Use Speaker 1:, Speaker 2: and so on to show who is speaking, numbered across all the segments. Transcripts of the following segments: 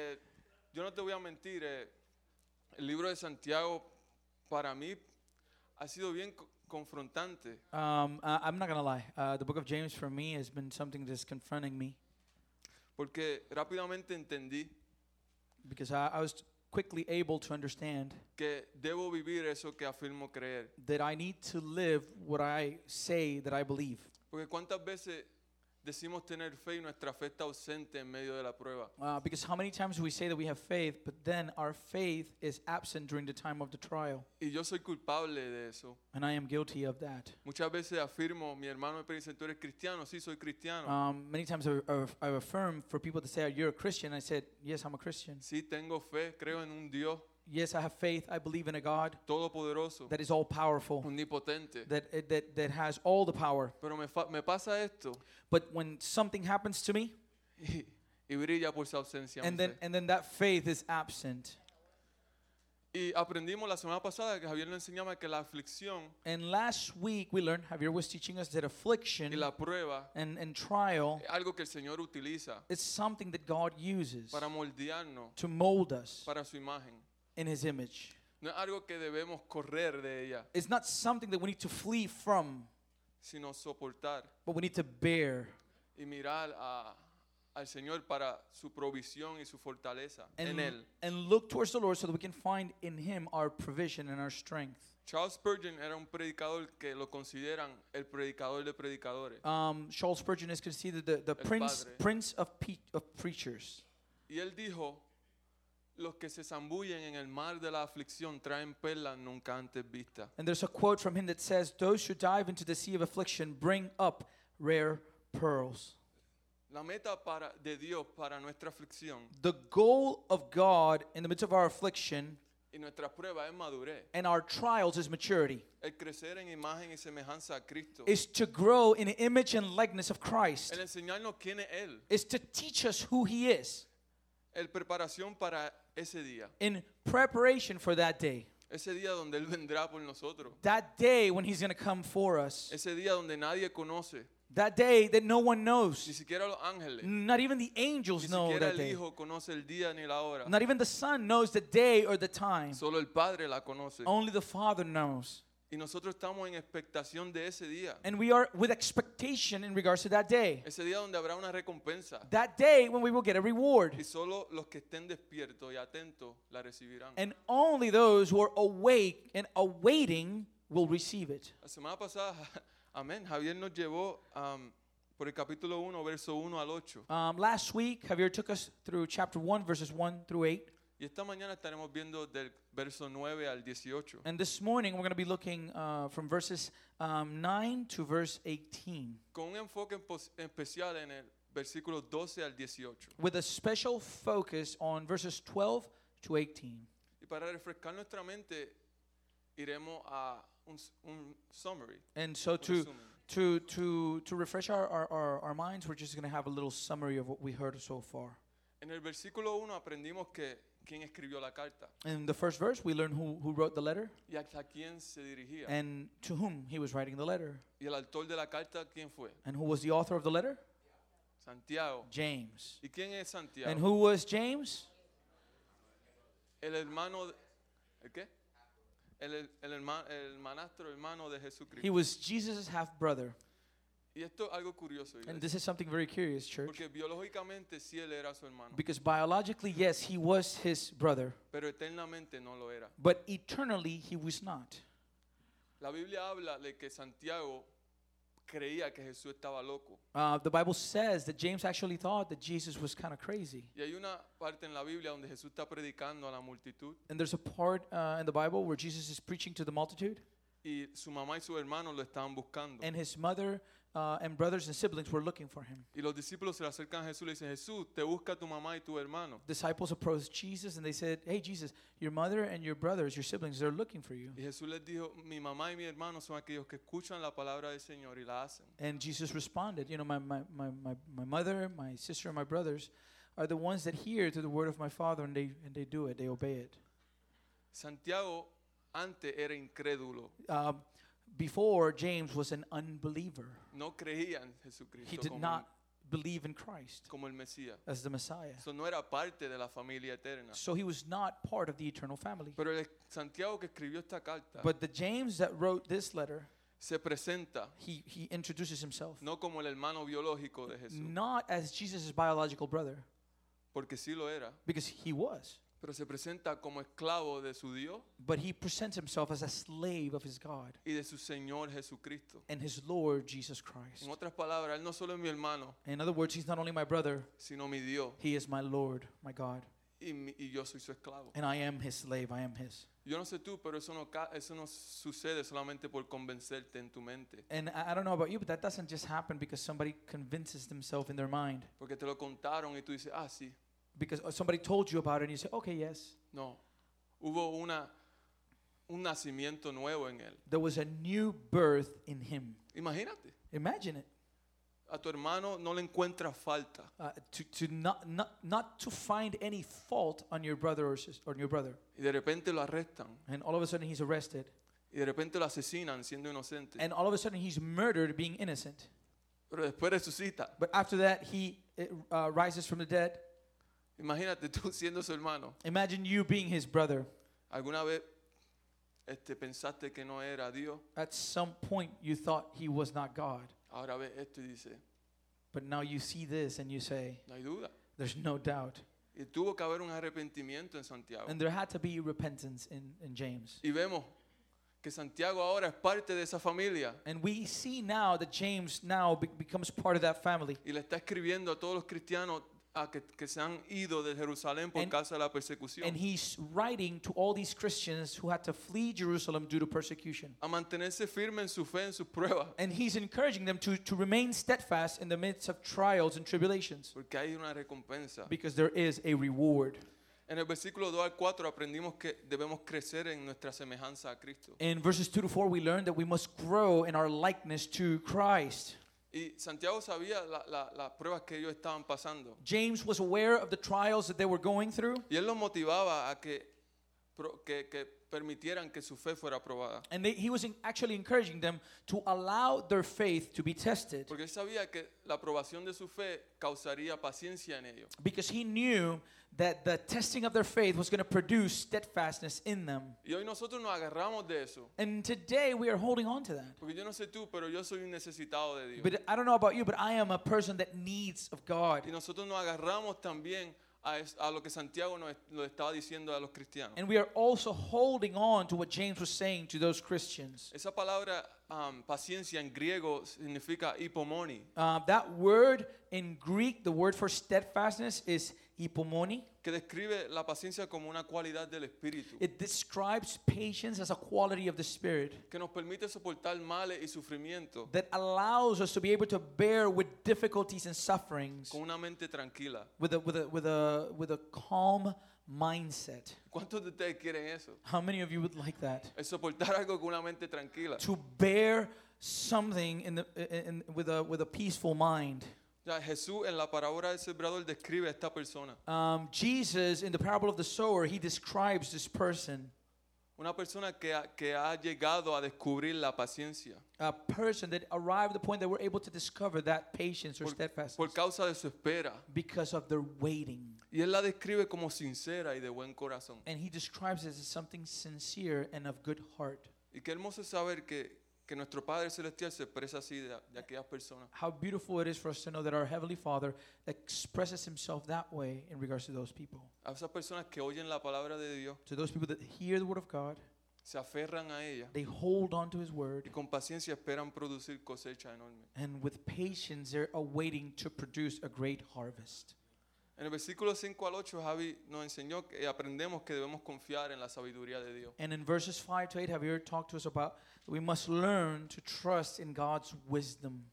Speaker 1: Eh, no te voy a mentir, eh, el libro de Santiago para mí ha sido bien co- confrontante.
Speaker 2: Um, uh, I'm not gonna lie. Uh, the book of James for me has been something that's confronting me
Speaker 1: Porque rápidamente entendí
Speaker 2: because I, I was quickly able to understand
Speaker 1: que debo vivir eso que afirmo creer.
Speaker 2: that I need to live what I say that I believe.
Speaker 1: Porque cuántas veces decimos tener fe y nuestra fe está ausente en medio de la prueba.
Speaker 2: Uh, because how many times we say that we have faith, but then our faith is absent during the time of the trial,
Speaker 1: Y yo soy culpable de eso.
Speaker 2: and I am guilty of that.
Speaker 1: Muchas veces afirmo, mi hermano me dice, tú eres cristiano, sí, soy cristiano.
Speaker 2: Um, many times I, I, I affirm for people to say, oh, "You're a Christian." I said, "Yes, I'm a Christian.
Speaker 1: Sí, tengo fe, creo en un Dios
Speaker 2: Yes, I have faith. I believe in a God
Speaker 1: todopoderoso,
Speaker 2: that is all powerful,
Speaker 1: omnipotente.
Speaker 2: that that that has all the power."
Speaker 1: Pero me, fa- me pasa esto
Speaker 2: But when something happens to me,
Speaker 1: y, y brilla por su ausencia. mi
Speaker 2: and then
Speaker 1: fe.
Speaker 2: and then that faith is absent.
Speaker 1: y aprendimos la semana pasada que Javier nos enseñaba que la aflicción
Speaker 2: And last week we learned Javier was teaching us that
Speaker 1: y
Speaker 2: affliction
Speaker 1: la prueba
Speaker 2: and, and trial
Speaker 1: es algo que el Señor utiliza
Speaker 2: is something that God uses
Speaker 1: para moldearnos
Speaker 2: to mold us
Speaker 1: para su imagen.
Speaker 2: in His image.
Speaker 1: No es algo que debemos correr de ella,
Speaker 2: It's not something that we need to flee from,
Speaker 1: sino soportar
Speaker 2: but we need to bear
Speaker 1: y mirar a- al Señor para su provisión y su fortaleza en
Speaker 2: and,
Speaker 1: Él.
Speaker 2: and look towards the Lord so that we can find in Him our provision and our strength.
Speaker 1: Charles Spurgeon era un predicador que lo consideran el predicador de predicadores.
Speaker 2: Um, Charles Spurgeon is considered the, the
Speaker 1: El
Speaker 2: prince,
Speaker 1: padre.
Speaker 2: prince of, pe- of preachers.
Speaker 1: Y él dijo, los que se zambullen en el mar de la aflicción traen perlas nunca antes vistas.
Speaker 2: And there's a quote from him that says, Those who dive into the sea of affliction bring up rare pearls.
Speaker 1: La meta para, de Dios para nuestra aflicción
Speaker 2: The goal of God in the midst of our affliction
Speaker 1: y nuestra prueba es madurez,
Speaker 2: and our trials is maturity,
Speaker 1: el crecer en imagen y semejanza a Cristo,
Speaker 2: is to grow in image and likeness of
Speaker 1: el
Speaker 2: Christ,
Speaker 1: enseñarnos quién es Él,
Speaker 2: is to teach us who He is
Speaker 1: el preparación para ese día,
Speaker 2: in preparation for that day.
Speaker 1: ese día donde Él vendrá por nosotros,
Speaker 2: That day when He's going to come for us.
Speaker 1: ese día donde nadie conoce,
Speaker 2: That day that no one
Speaker 1: ni
Speaker 2: knows.
Speaker 1: siquiera los ángeles, ni
Speaker 2: Not even the angels know
Speaker 1: siquiera
Speaker 2: that
Speaker 1: el
Speaker 2: day.
Speaker 1: Hijo conoce el día ni la hora,
Speaker 2: Not even the Son knows the day or the time.
Speaker 1: solo el Padre la conoce.
Speaker 2: Only the Father knows.
Speaker 1: Y nosotros estamos en expectación de ese día.
Speaker 2: And we are with expectation in regards to that day.
Speaker 1: Ese día donde habrá una recompensa.
Speaker 2: That day when we will get a
Speaker 1: Y
Speaker 2: reward.
Speaker 1: solo los que estén despiertos y atentos la recibirán.
Speaker 2: And only those who are awake and awaiting will receive it.
Speaker 1: La semana pasada, amén, Javier nos llevó am, por el capítulo 1, verso 1 al 8.
Speaker 2: Um, last week, Javier took us through chapter 1, verses 1 through 8.
Speaker 1: Y esta mañana estaremos viendo del verso 9 al 18.
Speaker 2: And this morning, we're going to be looking uh, from verses um, 9 to verse 18
Speaker 1: Con un enfoque en pos- especial en el versículo 12 al 18.
Speaker 2: with a special focus on verses 12 to 18.
Speaker 1: Y para refrescar nuestra mente, iremos a un, s- un summary.
Speaker 2: And so
Speaker 1: un
Speaker 2: to
Speaker 1: resumen.
Speaker 2: to to to refresh our, our, our, our minds we're just going to have a little summary of what we heard so far
Speaker 1: En el versículo 1 aprendimos que quién escribió la carta
Speaker 2: in the first verse we learn who, who wrote the letter
Speaker 1: y hasta quién se dirigía.
Speaker 2: and to whom he was writing the letter
Speaker 1: Y el autor de la carta, ¿quién fue?
Speaker 2: and who was the author of the letter
Speaker 1: Santiago.
Speaker 2: james
Speaker 1: ¿Y quién es Santiago?
Speaker 2: and who was james
Speaker 1: El hermano, de- ¿el qué? El, el, el herma- el hermanastro, hermano de Jesucristo.
Speaker 2: he was jesus' half-brother
Speaker 1: Y esto es algo curioso, iglesia,
Speaker 2: and this is something very curious church
Speaker 1: porque biológicamente sí él era su hermano,
Speaker 2: because biologically yes he was his brother
Speaker 1: pero eternamente no lo era.
Speaker 2: but eternally he was not
Speaker 1: La Biblia habla de que Santiago creía que Jesús estaba loco.
Speaker 2: uh, the bible says that james actually thought that jesus was kind of crazy
Speaker 1: Y hay una parte en la Biblia donde Jesús está predicando a la multitud
Speaker 2: And there's a part uh, in the Bible where Jesus is preaching to the multitude,
Speaker 1: y su mamá y su hermano lo estaban buscando.
Speaker 2: and his mother uh, and brothers and siblings were looking for him.
Speaker 1: Y los discípulos se le acercan a Jesús y le dicen, Jesús, te busca tu mamá y tu hermano.
Speaker 2: Disciples approached Jesus and they said, Hey, Jesus, your mother and your brothers, your siblings, they're looking for you.
Speaker 1: Y Jesús les dijo, mi mamá y mi hermano son aquellos que escuchan la palabra del Señor y la hacen.
Speaker 2: And Jesus responded, You know, my, my, my, my, my mother, my sister, and my brothers are the ones that hear to the word of my Father and they, and they do it, they obey it.
Speaker 1: Santiago antes era incrédulo,
Speaker 2: Um, before, James was an unbeliever,
Speaker 1: no creía en
Speaker 2: he
Speaker 1: Jesucristo
Speaker 2: did
Speaker 1: como,
Speaker 2: not believe in Christ
Speaker 1: como el Mesías.
Speaker 2: as the Messiah.
Speaker 1: Eso no era parte de la familia eterna.
Speaker 2: So he was not part of the eternal family.
Speaker 1: Pero el Santiago que escribió esta carta
Speaker 2: But the James that wrote this letter,
Speaker 1: se presenta
Speaker 2: he, he introduces himself
Speaker 1: no como el hermano biológico de Jesús,
Speaker 2: not as Jesus' biological brother,
Speaker 1: porque sí lo era,
Speaker 2: because he was,
Speaker 1: pero se presenta como esclavo de su Dios
Speaker 2: but he presents himself as a slave of his God
Speaker 1: y de su Señor Jesucristo.
Speaker 2: and his Lord Jesus Christ.
Speaker 1: En otras palabras, él no solo es mi hermano,
Speaker 2: In other words, he's not only my brother,
Speaker 1: sino mi Dios
Speaker 2: he is my Lord, my God,
Speaker 1: y, mi- y yo soy su esclavo.
Speaker 2: and I am his slave, I am his.
Speaker 1: Yo no sé tú, pero eso no, ca- eso no sucede solamente por convencerte en tu mente,
Speaker 2: And I I don't know about you, but that doesn't just happen because somebody convinces themselves in their mind,
Speaker 1: porque te lo contaron y tú dices, ah, sí,
Speaker 2: because uh, somebody told you about it and you say, okay, yes.
Speaker 1: no. Hubo una, un nacimiento nuevo en él.
Speaker 2: There was a new birth in him.
Speaker 1: Imagínate,
Speaker 2: Imagine it.
Speaker 1: a tu hermano no le encuentras falta.
Speaker 2: Uh, to, to not, not, not to find any fault on your brother or, sis, on your brother.
Speaker 1: y de repente lo arrestan
Speaker 2: And all of a sudden he's arrested.
Speaker 1: y de repente lo asesinan siendo inocente
Speaker 2: And all of a sudden he's murdered being innocent.
Speaker 1: pero después resucita
Speaker 2: But after that, he uh, rises from the dead.
Speaker 1: imagínate tú siendo su hermano
Speaker 2: Imagine you being his brother.
Speaker 1: alguna vez este, pensaste que no era Dios
Speaker 2: At some point, you thought he was not God.
Speaker 1: ahora ves esto y dices
Speaker 2: But now you see this and you say,
Speaker 1: no hay duda
Speaker 2: there's no doubt.
Speaker 1: y tuvo que haber un arrepentimiento en Santiago
Speaker 2: And there had to be repentance in, in James.
Speaker 1: y vemos que Santiago ahora es parte de esa familia
Speaker 2: And we see now that James now be- becomes part of that family.
Speaker 1: y le está escribiendo a todos los cristianos a que, que se han ido de Jerusalén por
Speaker 2: And-
Speaker 1: causa de la
Speaker 2: And
Speaker 1: persecución
Speaker 2: he's writing to all these Christians who had to flee Jerusalem due to persecution.
Speaker 1: a mantenerse firme en su fe en sus pruebas
Speaker 2: And he's encouraging them to, to remain steadfast in the midst of trials and tribulations
Speaker 1: porque hay una recompensa
Speaker 2: because there is a reward.
Speaker 1: En el versículo 2 al 4 aprendimos que debemos crecer en nuestra semejanza a Cristo.
Speaker 2: In verses 2 to 4, we learn that we must grow in our likeness to Christ.
Speaker 1: Y Santiago sabía la- la- las pruebas que ellos estaban pasando.
Speaker 2: James was aware of the trials that they were going through,
Speaker 1: Y él los motivaba a que, pro- que, que permitieran que su fe fuera probada.
Speaker 2: and they, he was en- actually encouraging them to allow their faith to be tested
Speaker 1: Porque él sabía que la aprobación de su fe causaría paciencia en ellos.
Speaker 2: because he knew that the testing of their faith was going to produce steadfastness in them.
Speaker 1: Y hoy nosotros nos agarramos de eso.
Speaker 2: And today we are holding on to that.
Speaker 1: Porque yo no sé tú, pero yo soy un necesitado de Dios.
Speaker 2: But I don't know about you, but I am a person that needs of God.
Speaker 1: Y nosotros nos agarramos también a, es- a lo que Santiago nos lo estaba diciendo a los cristianos.
Speaker 2: And we are also holding on to what James was saying to those Christians.
Speaker 1: Esa palabra um, paciencia en griego significa hipomoni,
Speaker 2: Uh, that word in Greek, the word for steadfastness is hypomone.
Speaker 1: que describe la paciencia como una cualidad del espíritu
Speaker 2: It describes patience as a quality of the Spirit
Speaker 1: que nos permite soportar males y sufrimiento
Speaker 2: that allows us to be able to bear with difficulties and sufferings
Speaker 1: con una mente tranquila.
Speaker 2: with a, with a, with a, with a calm mindset.
Speaker 1: ¿Cuántos de ustedes quieren eso?
Speaker 2: How many of you would like that?
Speaker 1: El soportar algo con una mente tranquila.
Speaker 2: To bear something in the, in, in- with, a, with a peaceful mind.
Speaker 1: O sea, Jesús en la parábola del sembrador describe a esta persona,
Speaker 2: Um, Jesus, in the parable of the sower, he describes this person,
Speaker 1: una persona que ha, que ha llegado a descubrir la paciencia
Speaker 2: a person that arrived at the point that we're able to discover that patience or
Speaker 1: Por-
Speaker 2: steadfastness
Speaker 1: por causa de su espera.
Speaker 2: because of their waiting.
Speaker 1: Y él la describe como sincera y de buen corazón.
Speaker 2: And he describes it as something sincere and of good heart.
Speaker 1: Y qué hermoso es saber que, que nuestro Padre Celestial se expresa así de, de aquellas personas.
Speaker 2: How beautiful it is for us to know that our Heavenly Father expresses himself that way in regards to those people.
Speaker 1: A esas personas que oyen la palabra de Dios,
Speaker 2: To those people that hear the word of God,
Speaker 1: se aferran a ella
Speaker 2: they hold on to his
Speaker 1: y
Speaker 2: word,
Speaker 1: con paciencia esperan producir cosecha enorme.
Speaker 2: and with patience, they're awaiting to produce a great harvest.
Speaker 1: En el versículo 5 al 8, Javi nos enseñó que aprendemos que debemos confiar en la sabiduría de Dios.
Speaker 2: And in verses 5 to 8, Javier talked to us about that we must learn to trust in God's wisdom.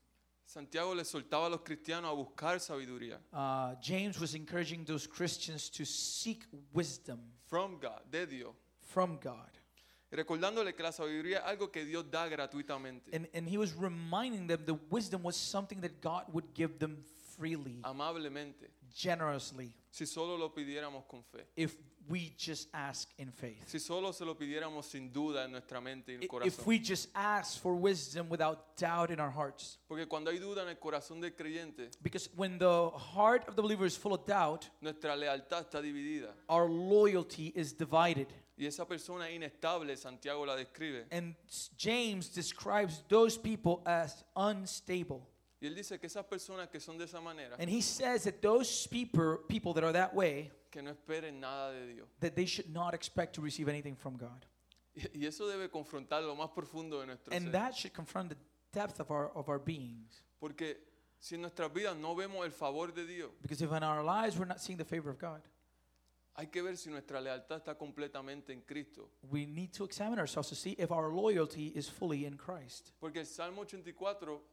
Speaker 1: Santiago le soltaba a los cristianos a buscar sabiduría.
Speaker 2: Uh, James was encouraging those Christians to seek wisdom
Speaker 1: From God, de Dios.
Speaker 2: from God.
Speaker 1: Y Recordándole que la sabiduría es algo que Dios da gratuitamente.
Speaker 2: And, and he was reminding them that wisdom was something that God would give them freely,
Speaker 1: amablemente,
Speaker 2: generously,
Speaker 1: si solo lo pidiéramos con fe,
Speaker 2: if we just ask in faith.
Speaker 1: si solo se lo pidiéramos sin duda en nuestra mente y en
Speaker 2: I-
Speaker 1: el
Speaker 2: If
Speaker 1: corazón.
Speaker 2: we just ask for wisdom without doubt in our hearts.
Speaker 1: Porque cuando hay duda en el corazón del creyente,
Speaker 2: Because when the heart of the believer is full of doubt,
Speaker 1: nuestra lealtad está dividida.
Speaker 2: our loyalty is divided.
Speaker 1: Y esa persona inestable, Santiago la describe.
Speaker 2: And s- James describes those people as unstable.
Speaker 1: Y él dice que esas personas que son de esa manera,
Speaker 2: And he says that those people, people that are that way,
Speaker 1: que no esperen nada de Dios.
Speaker 2: that they should not expect to receive anything from God.
Speaker 1: Y y eso debe confrontar lo más profundo de nuestro
Speaker 2: And
Speaker 1: ser.
Speaker 2: that should confront the depth of our of our beings.
Speaker 1: Porque si en nuestras vidas no vemos el favor de Dios,
Speaker 2: Because if in our lives we're not seeing the favor of God,
Speaker 1: hay que ver si nuestra lealtad está completamente en Cristo.
Speaker 2: we need to examine ourselves to see if our loyalty is fully in Christ.
Speaker 1: Porque el Salmo 84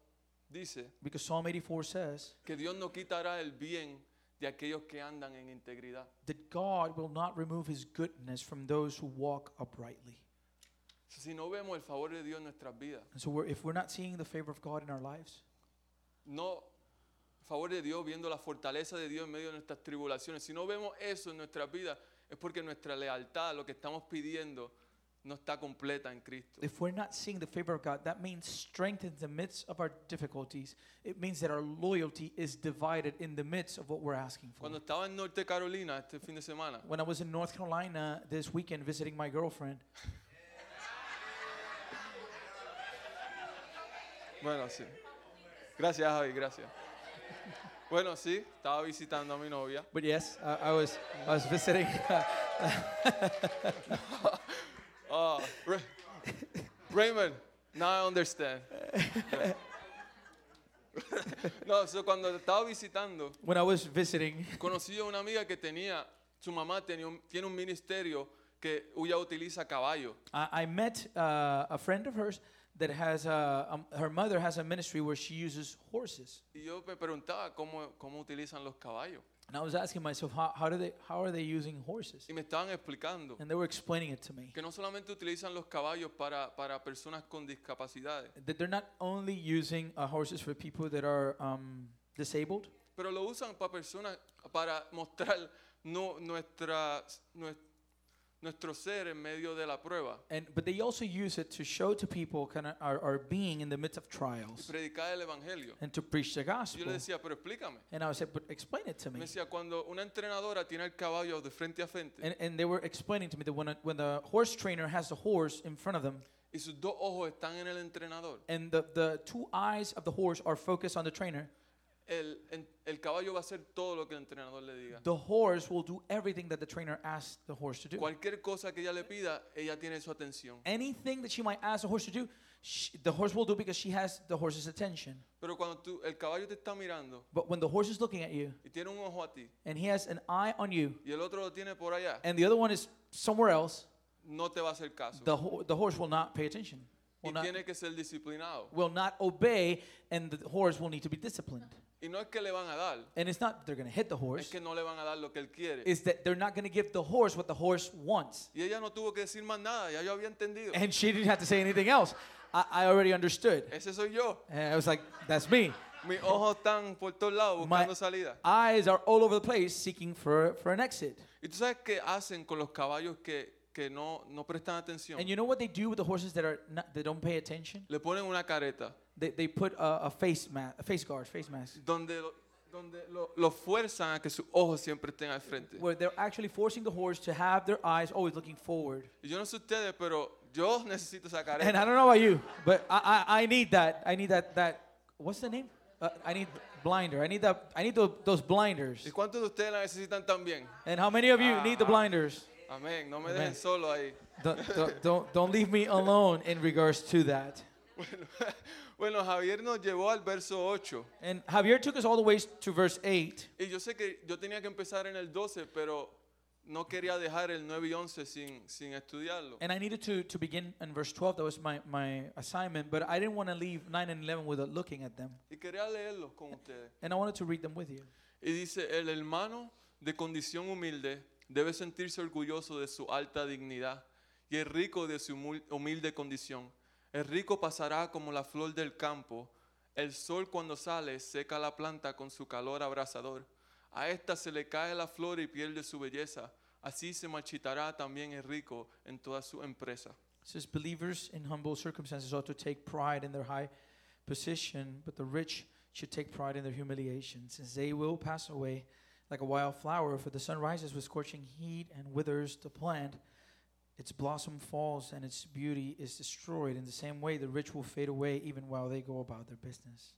Speaker 1: dice
Speaker 2: Because Psalm 84 says
Speaker 1: que Dios no quitará el bien de aquellos que andan en integridad.
Speaker 2: that God will not remove his goodness from those who walk uprightly.
Speaker 1: Si no vemos el favor de Dios en nuestras vidas,
Speaker 2: And so we're, if we're not seeing the favor of God in our lives,
Speaker 1: no el favor de Dios viendo la fortaleza de Dios en medio de nuestras tribulaciones, si no vemos eso en nuestras vidas, es porque nuestra lealtad, lo que estamos pidiendo, no está completa en Cristo.
Speaker 2: if we're not seeing the favor of God, that means strength in the midst of our difficulties. It means that our loyalty is divided in the midst of what we're asking for.
Speaker 1: Cuando estaba en Norte Carolina este fin de semana,
Speaker 2: When I was in North Carolina this weekend visiting my girlfriend,
Speaker 1: Bueno, sí. Gracias, Javi, gracias. Bueno, sí, estaba visitando a mi novia.
Speaker 2: But yes, I, I was I was visiting.
Speaker 1: Ah, Ra- Raymond, now I understand. No, so cuando estaba visitando,
Speaker 2: when I was visiting,
Speaker 1: conocí a una amiga que tenía, su mamá tenía un- tiene un ministerio que ella utiliza caballo.
Speaker 2: I, I met uh, a friend of hers that has a, um, her mother has a ministry where she uses horses,
Speaker 1: Y yo me preguntaba cómo, cómo utilizan los caballos.
Speaker 2: and I was asking myself how, how do they how are they using horses,
Speaker 1: Y me estaban explicando
Speaker 2: and they were explaining it to me
Speaker 1: que no solamente utilizan los caballos para, para personas con discapacidades,
Speaker 2: that they're not only using uh, horses for people that are um, disabled,
Speaker 1: Pero lo usan para personas, para mostrar no, nuestra, nue- nuestro ser en medio de la prueba.
Speaker 2: and but they also use it to show to people kind of our, our being in the midst of
Speaker 1: Y
Speaker 2: trials
Speaker 1: predicar el evangelio.
Speaker 2: and to preach the
Speaker 1: Yo
Speaker 2: gospel.
Speaker 1: le decía, pero explícame.
Speaker 2: And I said, but explain it to
Speaker 1: Me
Speaker 2: me.
Speaker 1: decía, cuando una entrenadora tiene el caballo de frente a frente
Speaker 2: And, and they were explaining to me that when, a, when the horse trainer has the horse in front of them,
Speaker 1: y sus dos ojos están en el entrenador,
Speaker 2: and the, the two eyes of the horse are focused on the trainer,
Speaker 1: el, en- el caballo va a hacer todo lo que el entrenador le diga.
Speaker 2: the horse will do everything that the trainer asks the horse to do.
Speaker 1: Cualquier cosa que ella le pida, ella tiene su atención.
Speaker 2: Anything that she might ask the horse to do, sh the horse will do because she has the horse's attention.
Speaker 1: Pero cuando tú, el caballo te está mirando
Speaker 2: But when the horse is looking at you
Speaker 1: y tiene un ojo a ti
Speaker 2: and he has an eye on you,
Speaker 1: y el otro lo tiene por allá,
Speaker 2: and the other one is somewhere else,
Speaker 1: no te va a hacer caso.
Speaker 2: the, ho- the horse will not pay attention, will
Speaker 1: Y
Speaker 2: not,
Speaker 1: tiene que ser disciplinado.
Speaker 2: will not obey, and the horse will need to be disciplined.
Speaker 1: Y no es que le van a dar,
Speaker 2: And it's not that they're going to hit the
Speaker 1: es
Speaker 2: horse.
Speaker 1: que no le van a dar lo que él quiere.
Speaker 2: is that they're not going to give the horse what the horse wants.
Speaker 1: Y ella no tuvo que decir más nada, ya yo había entendido.
Speaker 2: And she didn't have to say anything else. I, I already understood.
Speaker 1: Ese soy yo.
Speaker 2: And I was like, that's me.
Speaker 1: Mis ojos están por todos lados
Speaker 2: My-
Speaker 1: buscando salida.
Speaker 2: Eyes are all over the place seeking for, for an exit.
Speaker 1: Y tú sabes qué hacen con los caballos que, que no, no prestan atención.
Speaker 2: And you know what they do with the horses that are not, that don't pay attention?
Speaker 1: Le ponen una careta
Speaker 2: They, they put a, a face mask, a face guard, face mask,
Speaker 1: donde, lo- donde lo, lo fuerzan a que sus ojos siempre estén al frente.
Speaker 2: where they're actually forcing the horse to have their eyes always looking forward.
Speaker 1: Y yo no sé ustedes, pero yo necesito esa
Speaker 2: And I
Speaker 1: careta.
Speaker 2: don't know about you, but I, I, I need that. I need that that what's the name? Uh, I need blinder. I need that. I need tho- those blinders.
Speaker 1: ¿Y cuántos de ustedes la necesitan también?
Speaker 2: And how many of you need the
Speaker 1: Ah.
Speaker 2: blinders?
Speaker 1: Amén, no me
Speaker 2: Amén.
Speaker 1: dejen solo ahí.
Speaker 2: don't, don't- don't, don't leave me alone in regards to that.
Speaker 1: Bueno, Javier nos llevó al verso 8.
Speaker 2: And Javier took us all the way to verse 8.
Speaker 1: Y yo sé que yo tenía que empezar en el 12, pero no quería dejar el 9 y 11 sin, sin estudiarlo.
Speaker 2: And I needed to, to begin in verse 12. That was my, my assignment. But I didn't want to leave 9 and 11 without looking at them.
Speaker 1: Y quería leerlos con ustedes.
Speaker 2: And I wanted to read them with you.
Speaker 1: Y dice, el hermano de condición humilde debe sentirse orgulloso de su alta dignidad y el rico de su humil- humilde condición. El rico pasará como la flor del campo, El sol cuando sale seca la planta con su calor abrasador. A esta se le cae la flor y pierde su belleza. Así se marchitará también el rico en toda su empresa.
Speaker 2: It says believers in humble circumstances ought to take pride in their high position, but the rich should take pride in their humiliation, since they will pass away like a wild flower. For the sun rises with scorching heat and withers the plant. Its blossom falls and its beauty is destroyed. In the same way, the rich will fade away even while they go about their business.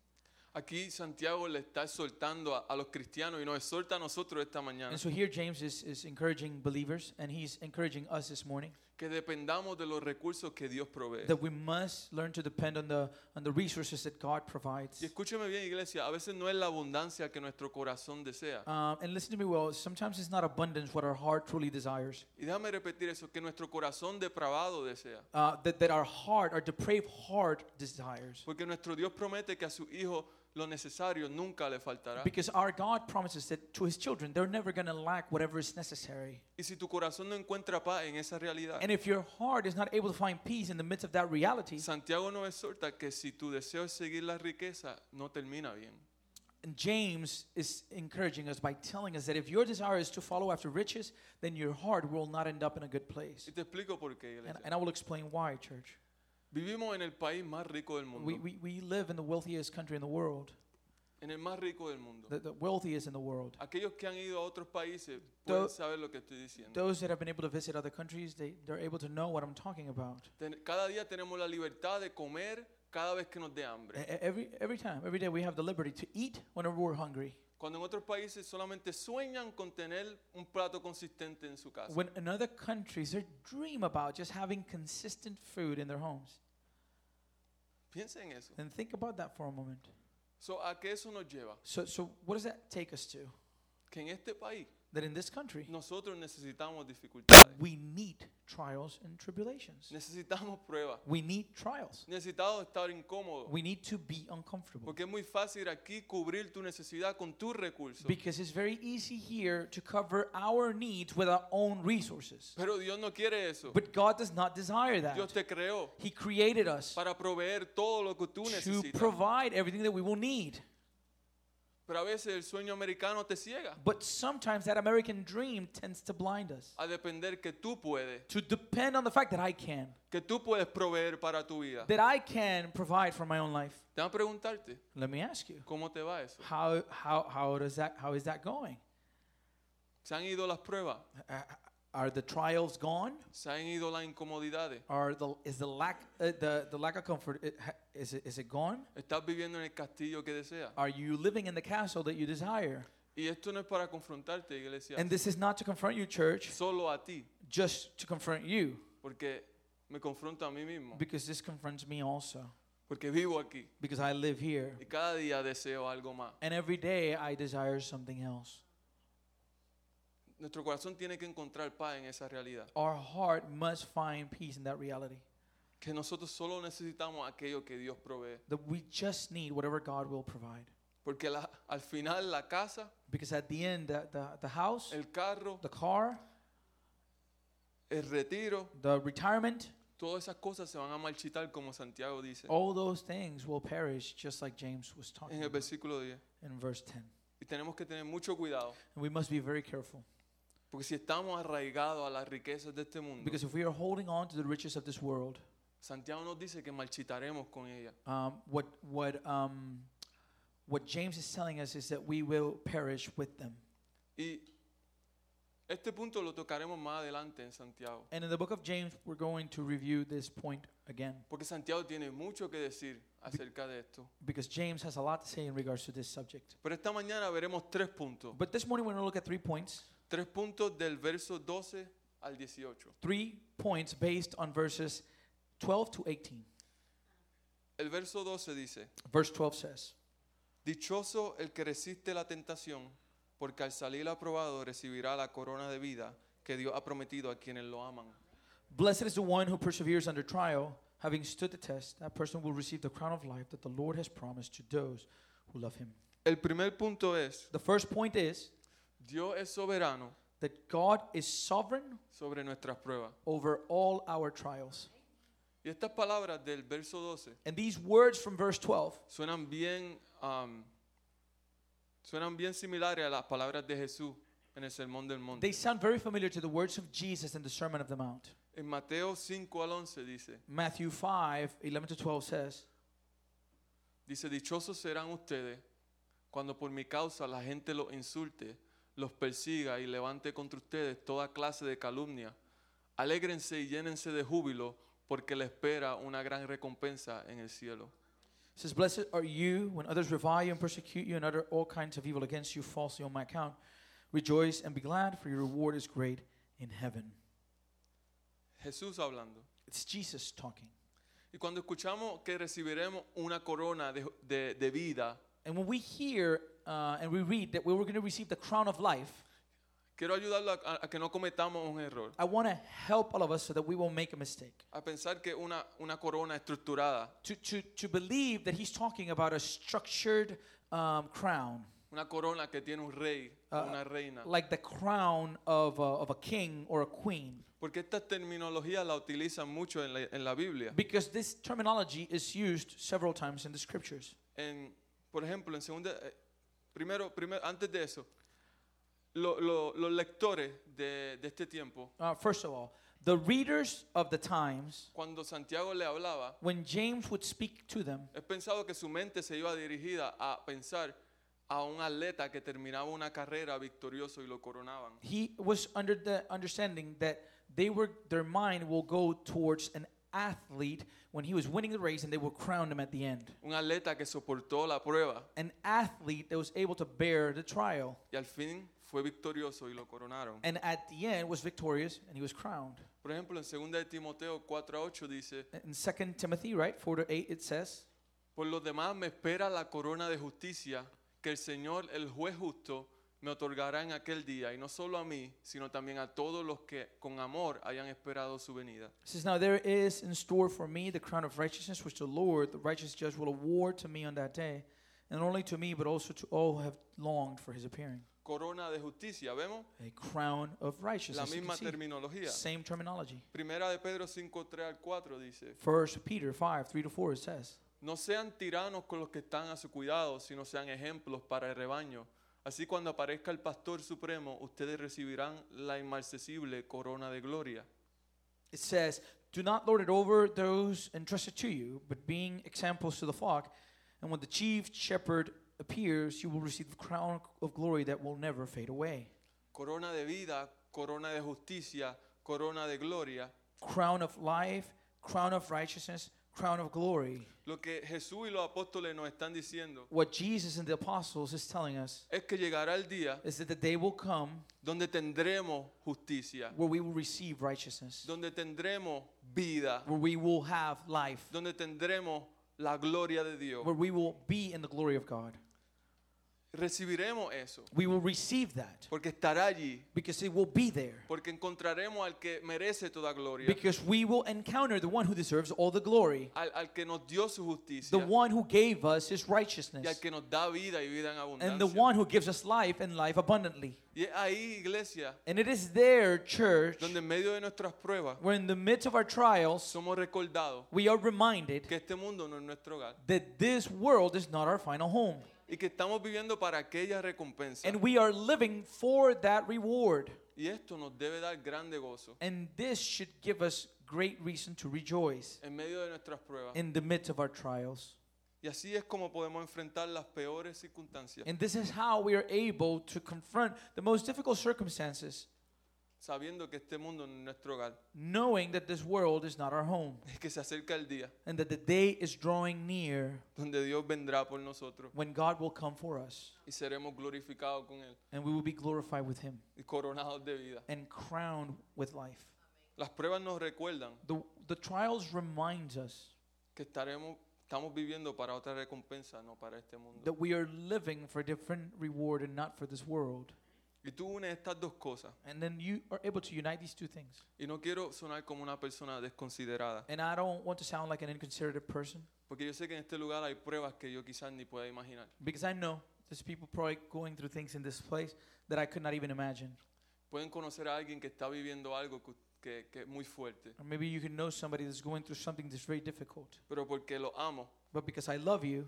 Speaker 1: Aquí Santiago le está exhortando a, a los cristianos y nos exhorta a nosotros esta mañana
Speaker 2: And so here James is, is encouraging believers, and he's encouraging us this morning
Speaker 1: que dependamos de los recursos que Dios provee.
Speaker 2: that we must learn to depend on the on the resources that God provides.
Speaker 1: Y escúcheme bien, iglesia, a veces no es la abundancia que nuestro corazón desea.
Speaker 2: Um, and listen to me well. Sometimes it's not abundance what our heart truly desires.
Speaker 1: Y déjame repetir eso, que nuestro corazón depravado desea.
Speaker 2: Uh, that, that our heart, our depraved heart desires.
Speaker 1: Porque nuestro Dios promete que a su hijo lo necesario nunca le faltará.
Speaker 2: Because our God promises that to his children, they're never going to lack whatever is necessary.
Speaker 1: Y si tu corazón no encuentra paz en esa realidad,
Speaker 2: And if your heart is not able to find peace in the midst of that reality,
Speaker 1: Santiago nos exhorta que si tu deseo es seguir la riqueza, no termina bien.
Speaker 2: and James is encouraging us by telling us that if your desire is to follow after riches, then your heart will not end up in a good place.
Speaker 1: Y te explico por qué,
Speaker 2: And,
Speaker 1: iglesia.
Speaker 2: and I will explain why, church.
Speaker 1: Vivimos en el país más rico del mundo.
Speaker 2: We, we, we live in the wealthiest country in the world,
Speaker 1: En el más rico del mundo.
Speaker 2: the, the wealthiest in the world.
Speaker 1: Aquellos que han ido a otros países pueden
Speaker 2: Tho-
Speaker 1: saber lo que estoy diciendo.
Speaker 2: Those that have been able to visit other countries, they, they're able to know what I'm talking about.
Speaker 1: Ten- Cada día tenemos la libertad de comer cada vez que nos dé
Speaker 2: E-
Speaker 1: hambre.
Speaker 2: e- Every, every time, every day, we have the liberty to eat whenever we're hungry.
Speaker 1: Cuando en otros países solamente sueñan con tener un plato consistente en su casa.
Speaker 2: When in other countries, they dream about just having consistent food in their homes.
Speaker 1: Piensa en eso.
Speaker 2: And think about that for a moment.
Speaker 1: So, ¿A qué eso nos lleva?
Speaker 2: So, so what does that take us to?
Speaker 1: Que en este país
Speaker 2: That in this country,
Speaker 1: nosotros necesitamos dificultades.
Speaker 2: we need trials and tribulations.
Speaker 1: Necesitamos pruebas.
Speaker 2: We need trials.
Speaker 1: Necesitamos estar incómodos.
Speaker 2: We need to be uncomfortable.
Speaker 1: Porque es muy fácil aquí cubrir tu necesidad con tus recursos.
Speaker 2: Because it's very easy here to cover our needs with our own resources.
Speaker 1: Pero Dios no quiere eso.
Speaker 2: But God does not desire
Speaker 1: Dios
Speaker 2: that.
Speaker 1: te creó
Speaker 2: He created us
Speaker 1: para proveer todo lo que tú
Speaker 2: to
Speaker 1: necesitas.
Speaker 2: provide everything that we will need.
Speaker 1: Pero a veces el sueño americano te ciega
Speaker 2: But sometimes that American dream tends to blind us
Speaker 1: a depender que tú puedes,
Speaker 2: to depend on the fact that I can,
Speaker 1: que tú puedes proveer para tu vida.
Speaker 2: that I can provide for my own life.
Speaker 1: Te van a preguntarte,
Speaker 2: Let me ask you,
Speaker 1: ¿cómo te va eso?
Speaker 2: how how how does that how is that going?
Speaker 1: ¿Se han ido las pruebas?
Speaker 2: Uh, Are the trials gone?
Speaker 1: ¿Se han ido las incomodidades?
Speaker 2: Are the is the lack uh, the the lack of comfort it, ha- is it, is it gone?
Speaker 1: ¿Estás viviendo en el castillo que deseas?
Speaker 2: Are you living in the castle that you desire?
Speaker 1: Y esto no es para confrontarte, iglesia,
Speaker 2: And this is not to confront you, church,
Speaker 1: solo a ti,
Speaker 2: just to confront you,
Speaker 1: porque me confronto a mí mismo,
Speaker 2: because this confronts me also,
Speaker 1: porque vivo aquí
Speaker 2: because I live here,
Speaker 1: y cada día deseo algo más.
Speaker 2: and every day I desire something else.
Speaker 1: Nuestro corazón tiene que encontrar paz en esa realidad.
Speaker 2: Our heart must find peace in that reality.
Speaker 1: Que nosotros solo necesitamos aquello que Dios provee.
Speaker 2: That we just need whatever God will provide.
Speaker 1: Porque la- al final la casa,
Speaker 2: Because at the end, the, the, the house,
Speaker 1: el carro,
Speaker 2: the car,
Speaker 1: el retiro,
Speaker 2: the retirement,
Speaker 1: todas esas cosas se van a marchitar como Santiago dice
Speaker 2: all those things will perish, just like James was
Speaker 1: en
Speaker 2: talking
Speaker 1: el
Speaker 2: about
Speaker 1: versículo 10.
Speaker 2: in verse 10.
Speaker 1: Y tenemos que tener mucho cuidado.
Speaker 2: And we must be very careful.
Speaker 1: Porque si estamos arraigados a las riquezas de este mundo,
Speaker 2: Because if we are holding on to the riches of this world,
Speaker 1: Santiago nos dice que marchitaremos con ella.
Speaker 2: um, what, what, um, what James is telling us is that we will perish with them.
Speaker 1: Y este punto lo tocaremos más adelante en Santiago.
Speaker 2: And in the book of James, we're going to review this point again.
Speaker 1: Porque Santiago tiene mucho que decir acerca de esto.
Speaker 2: Because James has a lot to say in regards to this subject.
Speaker 1: Pero esta mañana veremos tres puntos.
Speaker 2: But this morning, we're going to look at three points.
Speaker 1: Tres puntos del verso 12 al 18.
Speaker 2: Three points based on verses 12 to 18.
Speaker 1: El verso 12 dice,
Speaker 2: Verse 12 says,
Speaker 1: Dichoso el que resiste la tentación, porque al salir aprobado recibirá la corona de vida que Dios ha prometido a quienes lo aman.
Speaker 2: Blessed is the one who perseveres under trial. Having stood the test, that person will receive the crown of life that the Lord has promised to those who love him.
Speaker 1: El primer punto es,
Speaker 2: The first point is
Speaker 1: Dios es soberano
Speaker 2: that God is sovereign
Speaker 1: sobre nuestras pruebas.
Speaker 2: over all our trials.
Speaker 1: Y estas palabras del verso 12
Speaker 2: And these words from verse 12
Speaker 1: suenan bien, um, suenan bien similares a las palabras de Jesús en el Sermón del Monte.
Speaker 2: They sound very familiar to the words of Jesus in the Sermon of the Mount.
Speaker 1: En Mateo 5 al 11 dice,
Speaker 2: Matthew 5, 11 to 12 says,
Speaker 1: dice, dichosos serán ustedes cuando por mi causa la gente los insulte, los persiga y levante contra ustedes toda clase de calumnia. Alégrense y llénense de júbilo porque les espera una gran recompensa en el cielo.
Speaker 2: it says, Blessed are you when others revile you and persecute you and utter all kinds of evil against you falsely on my account. Rejoice and be glad, for your reward is great in heaven.
Speaker 1: Jesús hablando.
Speaker 2: It's Jesus talking.
Speaker 1: Y cuando escuchamos que recibiremos una corona de, de- de vida,
Speaker 2: And when we hear uh, and we read that we were going to receive the crown of life,
Speaker 1: quiero ayudarlo a, a- a que no cometamos un error.
Speaker 2: I want to help all of us so that we won't make a mistake.
Speaker 1: A pensar que una, una corona estructurada,
Speaker 2: To, to, to believe that he's talking about a structured um, crown,
Speaker 1: una corona que tiene un rey, o
Speaker 2: Ah.
Speaker 1: una reina.
Speaker 2: like the crown of a, of a king or a queen,
Speaker 1: Porque estas terminologías la utilizan mucho en la, en la Biblia.
Speaker 2: because this terminology is used several times in the scriptures.
Speaker 1: En, por ejemplo, en segunda, eh, primero, primero, antes de eso, lo- lo- los lectores de, de este tiempo,
Speaker 2: Uh, first of all, the readers of the times,
Speaker 1: cuando Santiago le hablaba,
Speaker 2: when James would speak to them,
Speaker 1: He pensado que su mente se iba dirigida a pensar a un atleta que terminaba una carrera victorioso y lo coronaban.
Speaker 2: he was under the understanding that they were their mind will go towards an athlete when he was winning the race and they will crown him at the end
Speaker 1: Un atleta que soportó la prueba
Speaker 2: an athlete that was able to bear the trial
Speaker 1: y al fin fue victorioso y lo coronaron.
Speaker 2: and at the end was victorious and he was crowned
Speaker 1: Por ejemplo, en 2 de Timoteo 4 a 8 dice,
Speaker 2: in 2 timothy right 4 to 8 it says
Speaker 1: por los demás me espera la corona de justicia que el Señor, el juez justo, me otorgará en aquel día, y no solo a mí, sino también a todos los que con amor hayan esperado su venida.
Speaker 2: it says now there is in store for me the crown of righteousness which the lord the righteous judge will award to me on that day and not only to me but also to all who have longed for his appearing
Speaker 1: Corona de justicia, ¿vemos?
Speaker 2: a crown of
Speaker 1: La
Speaker 2: righteousness you can
Speaker 1: misma
Speaker 2: see.
Speaker 1: terminología.
Speaker 2: same terminology
Speaker 1: Primera de Pedro 5, 3 al 4 dice,
Speaker 2: First Peter 5, 3 to 4, it says,
Speaker 1: no sean tiranos con los que están a su cuidado, sino sean ejemplos para el rebaño. Así cuando aparezca el pastor supremo, ustedes recibirán la inmarcesible corona de gloria.
Speaker 2: it says, Do not lord it over those entrusted to you, but being examples to the flock. And when the chief shepherd appears, you will receive the crown of glory that will never fade away.
Speaker 1: Corona de vida, corona de justicia, corona de gloria.
Speaker 2: Crown of life, crown of righteousness, crown of glory.
Speaker 1: Lo que Jesús y los apóstoles nos están diciendo
Speaker 2: What Jesus and the apostles is telling us
Speaker 1: es que llegará el día
Speaker 2: is that the day will come
Speaker 1: donde tendremos justicia,
Speaker 2: where we will receive righteousness,
Speaker 1: donde tendremos vida,
Speaker 2: where we will have life,
Speaker 1: donde tendremos la gloria de Dios.
Speaker 2: where we will be in the glory of God.
Speaker 1: Recibiremos eso,
Speaker 2: We will receive that
Speaker 1: porque estará allí
Speaker 2: because it will be there.
Speaker 1: Porque encontraremos al que merece toda gloria,
Speaker 2: Because we will encounter the one who deserves all the glory,
Speaker 1: al, al que nos dio su
Speaker 2: the
Speaker 1: justicia
Speaker 2: one who gave us his
Speaker 1: y al
Speaker 2: righteousness,
Speaker 1: que nos da vida y vida en
Speaker 2: and the
Speaker 1: abundancia.
Speaker 2: one who gives us life and life abundantly.
Speaker 1: Y es ahí, iglesia,
Speaker 2: And it is there, church,
Speaker 1: donde en medio de nuestras pruebas
Speaker 2: where in the midst of our trials,
Speaker 1: somos recordados
Speaker 2: we are reminded
Speaker 1: que este mundo no es nuestro hogar
Speaker 2: that this world is not our final home,
Speaker 1: y que estamos viviendo para aquella recompensa.
Speaker 2: and we are living for that reward.
Speaker 1: Y esto nos debe dar grande gozo
Speaker 2: And this should give us great reason to rejoice
Speaker 1: en medio de nuestras pruebas.
Speaker 2: in the midst of our trials.
Speaker 1: Y así es como podemos enfrentar las peores circunstancias,
Speaker 2: And this is how we are able to confront the most difficult circumstances,
Speaker 1: sabiendo que este mundo no es nuestro hogar
Speaker 2: knowing that this world is not our home.
Speaker 1: y que se acerca el día
Speaker 2: and that the day is drawing near
Speaker 1: donde Dios vendrá por nosotros
Speaker 2: when God will come for us
Speaker 1: y seremos glorificados con Él
Speaker 2: and we will be glorified with Him
Speaker 1: y coronados de vida.
Speaker 2: and crowned with life.
Speaker 1: Las pruebas nos recuerdan
Speaker 2: The, the trials reminds us
Speaker 1: que estaremos, estamos viviendo para otra recompensa, no para este mundo.
Speaker 2: that we are living for a different reward and not for this world.
Speaker 1: Y tú unes estas dos cosas.
Speaker 2: And then you are able to unite these two things.
Speaker 1: Y no quiero sonar como una persona desconsiderada,
Speaker 2: And I don't want to sound like an inconsiderate person
Speaker 1: porque yo sé que en este lugar hay pruebas que yo quizás ni pueda imaginar.
Speaker 2: because I know there's people probably going through things in this place that I could not even imagine.
Speaker 1: Pueden conocer a alguien que está viviendo algo que, que, que es muy fuerte,
Speaker 2: Or maybe you can know somebody that's going through something that's very difficult.
Speaker 1: pero porque lo amo
Speaker 2: But because I love you,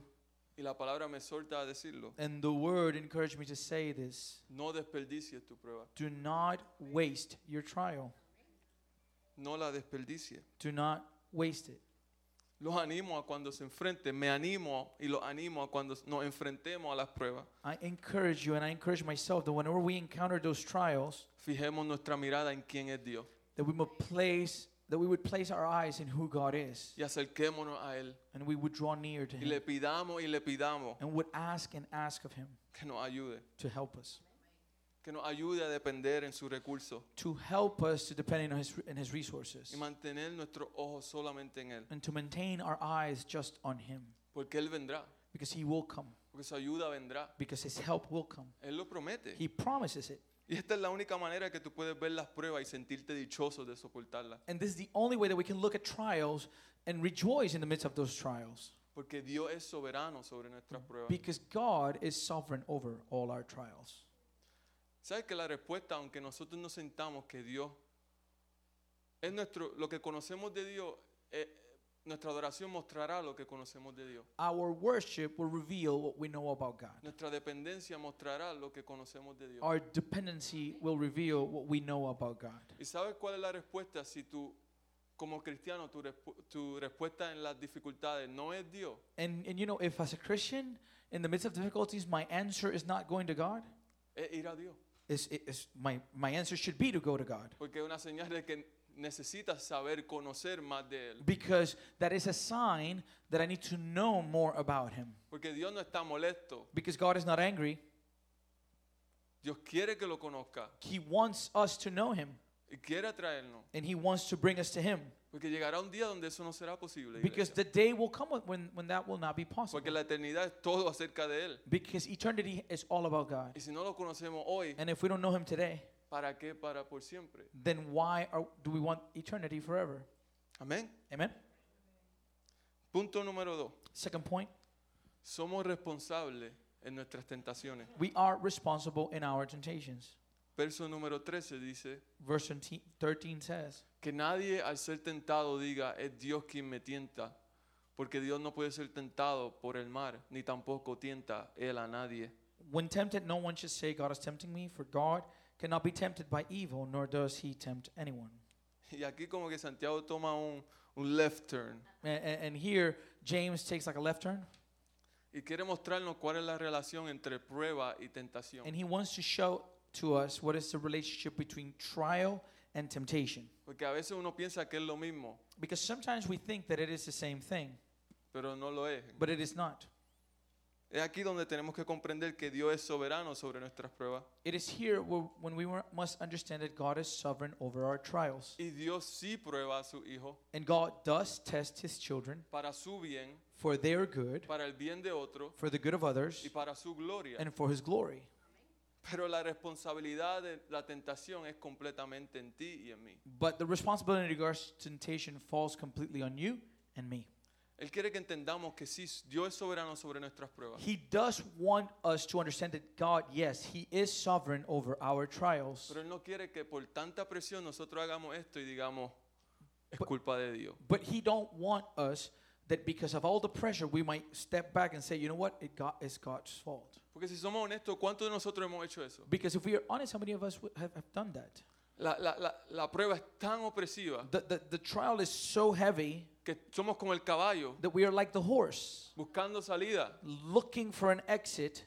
Speaker 1: y la palabra me solta a decirlo,
Speaker 2: and the word encouraged me to say this
Speaker 1: no desperdicies tu prueba,
Speaker 2: do not waste your trial,
Speaker 1: no la desperdicies.
Speaker 2: do not waste it.
Speaker 1: Los animo a cuando se enfrenten, me animo y los animo a cuando nos enfrentemos a las pruebas.
Speaker 2: I encourage you and I encourage myself that whenever we encounter those trials,
Speaker 1: Fijemos nuestra mirada en quién es Dios
Speaker 2: that we would place that we would place our eyes in who God is
Speaker 1: y acerquémonos a Él
Speaker 2: and we would draw near to
Speaker 1: y le
Speaker 2: him
Speaker 1: pidamos y le pidamos
Speaker 2: and would ask and ask of him
Speaker 1: que nos ayude,
Speaker 2: to help us,
Speaker 1: que nos ayude a depender en sus recursos
Speaker 2: to help us to depend on his in his resources
Speaker 1: y mantener nuestros ojos solamente en Él,
Speaker 2: and to maintain our eyes just on him
Speaker 1: porque Él vendrá,
Speaker 2: because he will come
Speaker 1: porque su ayuda vendrá.
Speaker 2: because his help will come.
Speaker 1: Él lo promete.
Speaker 2: He promises it.
Speaker 1: Y esta es la única manera que tú puedes ver las pruebas y sentirte dichoso de soportarlas.
Speaker 2: And this is the only way that we can look at trials and rejoice in the midst of those trials
Speaker 1: Porque Dios es soberano sobre nuestras pruebas.
Speaker 2: because God is sovereign over all our trials.
Speaker 1: ¿Sabes que la respuesta, aunque nosotros no sentamos que Dios es nuestro, lo que conocemos de Dios, eh, nuestra adoración mostrará lo que conocemos de Dios.
Speaker 2: Our worship will reveal what we know about God.
Speaker 1: Nuestra dependencia mostrará lo que conocemos de Dios.
Speaker 2: Our dependency will reveal what we know about God.
Speaker 1: ¿Y sabes cuál es la respuesta si tú, como cristiano, tu, respu- tu respuesta en las dificultades no es Dios?
Speaker 2: And, and you know, if as a Christian, in the midst of difficulties, my answer is not going to God,
Speaker 1: Es ir a Dios.
Speaker 2: is, is my, my answer should be to go to God.
Speaker 1: Porque es una señal de que necesitas saber conocer más de Él.
Speaker 2: Because that is a sign that I need to know more about Him.
Speaker 1: Porque Dios no está molesto.
Speaker 2: Because God is not angry,
Speaker 1: Dios quiere que lo conozca
Speaker 2: He wants us to know Him,
Speaker 1: y quiere atraernos.
Speaker 2: and He wants to bring us to Him.
Speaker 1: Porque llegará un día donde eso no será posible.
Speaker 2: Because
Speaker 1: iglesia.
Speaker 2: the day will come when, when that will not be possible.
Speaker 1: Porque la eternidad es todo acerca de Él.
Speaker 2: Because eternity is all about God.
Speaker 1: Y si no lo conocemos hoy,
Speaker 2: And if we don't know Him today,
Speaker 1: ¿para qué? Para por siempre.
Speaker 2: then why are, do we want eternity forever?
Speaker 1: Amén.
Speaker 2: Amen.
Speaker 1: Punto número dos.
Speaker 2: Second point,
Speaker 1: Somos responsables en nuestras tentaciones.
Speaker 2: we are responsible in our temptations.
Speaker 1: Verso número 13 dice
Speaker 2: Verse 13 says,
Speaker 1: que nadie al ser tentado diga es Dios quien me tienta, porque Dios no puede ser tentado por el mar, ni tampoco tienta él a nadie.
Speaker 2: When tempted, no one should say, God is tempting me, for God cannot be tempted by evil, nor does he tempt anyone.
Speaker 1: Y aquí como que Santiago toma un, un left turn
Speaker 2: And, and here, James takes like a left turn,
Speaker 1: y quiere mostrarnos cuál es la relación entre prueba y tentación.
Speaker 2: and he wants to show to us what is the relationship between trial and temptation.
Speaker 1: Porque a veces uno piensa que es lo mismo,
Speaker 2: Because sometimes we think that it is the same thing,
Speaker 1: pero no lo es.
Speaker 2: but it is not.
Speaker 1: Es aquí donde tenemos que comprender que Dios es soberano sobre nuestras pruebas
Speaker 2: It is here where, when we were- must understand that God is sovereign over our trials.
Speaker 1: y Dios sí prueba a su hijo
Speaker 2: And God does test his children
Speaker 1: para su bien,
Speaker 2: for their good,
Speaker 1: para el bien de otro
Speaker 2: for the good of others,
Speaker 1: y para su gloria.
Speaker 2: and for his glory.
Speaker 1: Pero la responsabilidad de la tentación es completamente en ti y en mí.
Speaker 2: But the responsibility in regards to temptation falls completely on you and me.
Speaker 1: Él quiere que entendamos que sí, Dios es soberano sobre nuestras pruebas,
Speaker 2: He does want us to understand that God, yes, He is sovereign over our trials,
Speaker 1: pero Él no quiere que por tanta presión nosotros hagamos esto y digamos, es
Speaker 2: But-
Speaker 1: culpa de Dios.
Speaker 2: but He don't want us that because of all the pressure we might step back and say, you know what, it got, it's God's fault.
Speaker 1: Porque si somos honestos, ¿cuántos de nosotros hemos hecho eso?
Speaker 2: Because if we are honest, how many of us would have, have done that?
Speaker 1: La, la- la- la prueba es tan opresiva
Speaker 2: The, the, the trial is so heavy
Speaker 1: que somos como el caballo
Speaker 2: that we are like the horse,
Speaker 1: buscando salida
Speaker 2: looking for an exit,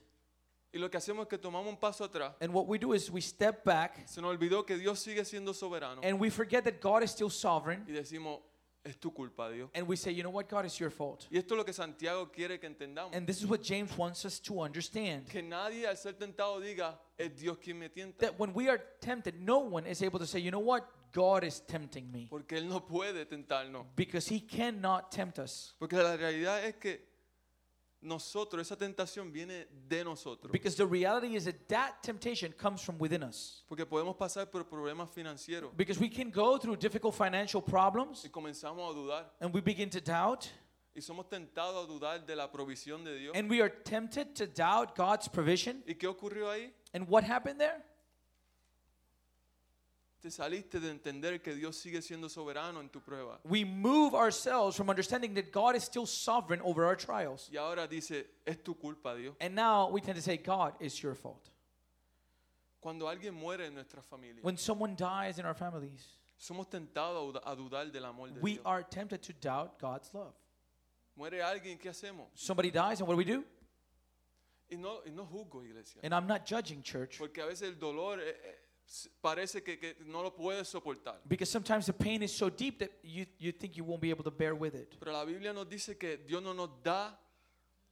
Speaker 1: y lo que hacemos es que tomamos un paso atrás.
Speaker 2: and what we do is we step back
Speaker 1: Se nos olvidó que Dios sigue siendo soberano
Speaker 2: and we forget that God is still sovereign.
Speaker 1: y decimos, es tu culpa, Dios.
Speaker 2: and we say, you know what, God, it's your fault.
Speaker 1: Y esto es lo que Santiago quiere que entendamos.
Speaker 2: And this is what James wants us to understand
Speaker 1: Que nadie al ser tentado diga, es Dios quien me tienta.
Speaker 2: that when we are tempted, no one is able to say, you know what, God is tempting me
Speaker 1: Porque Él no puede tentarnos.
Speaker 2: because he cannot tempt us.
Speaker 1: Porque la realidad es que nosotros, esa tentación viene de nosotros.
Speaker 2: Because the reality is that that temptation comes from within us.
Speaker 1: Porque podemos pasar por problemas financieros
Speaker 2: Because we can go through difficult financial problems
Speaker 1: y comenzamos a dudar.
Speaker 2: and we begin to doubt
Speaker 1: Y somos tentados a dudar de la provisión de Dios.
Speaker 2: and we are tempted to doubt God's provision.
Speaker 1: ¿Y qué ocurrió ahí?
Speaker 2: And what happened there?
Speaker 1: Te saliste de entender que Dios sigue siendo soberano en tu prueba.
Speaker 2: We move ourselves from understanding that God is still sovereign over our trials.
Speaker 1: Y ahora dice, es tu culpa, Dios.
Speaker 2: And now we tend to say, God, it's your fault.
Speaker 1: Cuando alguien muere en nuestra familia,
Speaker 2: When someone dies in our families,
Speaker 1: somos tentados a dud- a dudar del amor de
Speaker 2: we
Speaker 1: Dios.
Speaker 2: are tempted to doubt God's love.
Speaker 1: Muere alguien, ¿qué hacemos?
Speaker 2: Somebody dies, and what do we do?
Speaker 1: Y no, y no juzgo, iglesia.
Speaker 2: And I'm not judging church
Speaker 1: Porque a veces el dolor eh, eh, s- parece que, que no lo puedes soportar.
Speaker 2: because sometimes the pain is so deep that you, you think you won't be able to bear with it.
Speaker 1: Pero la Biblia nos dice que Dios no nos da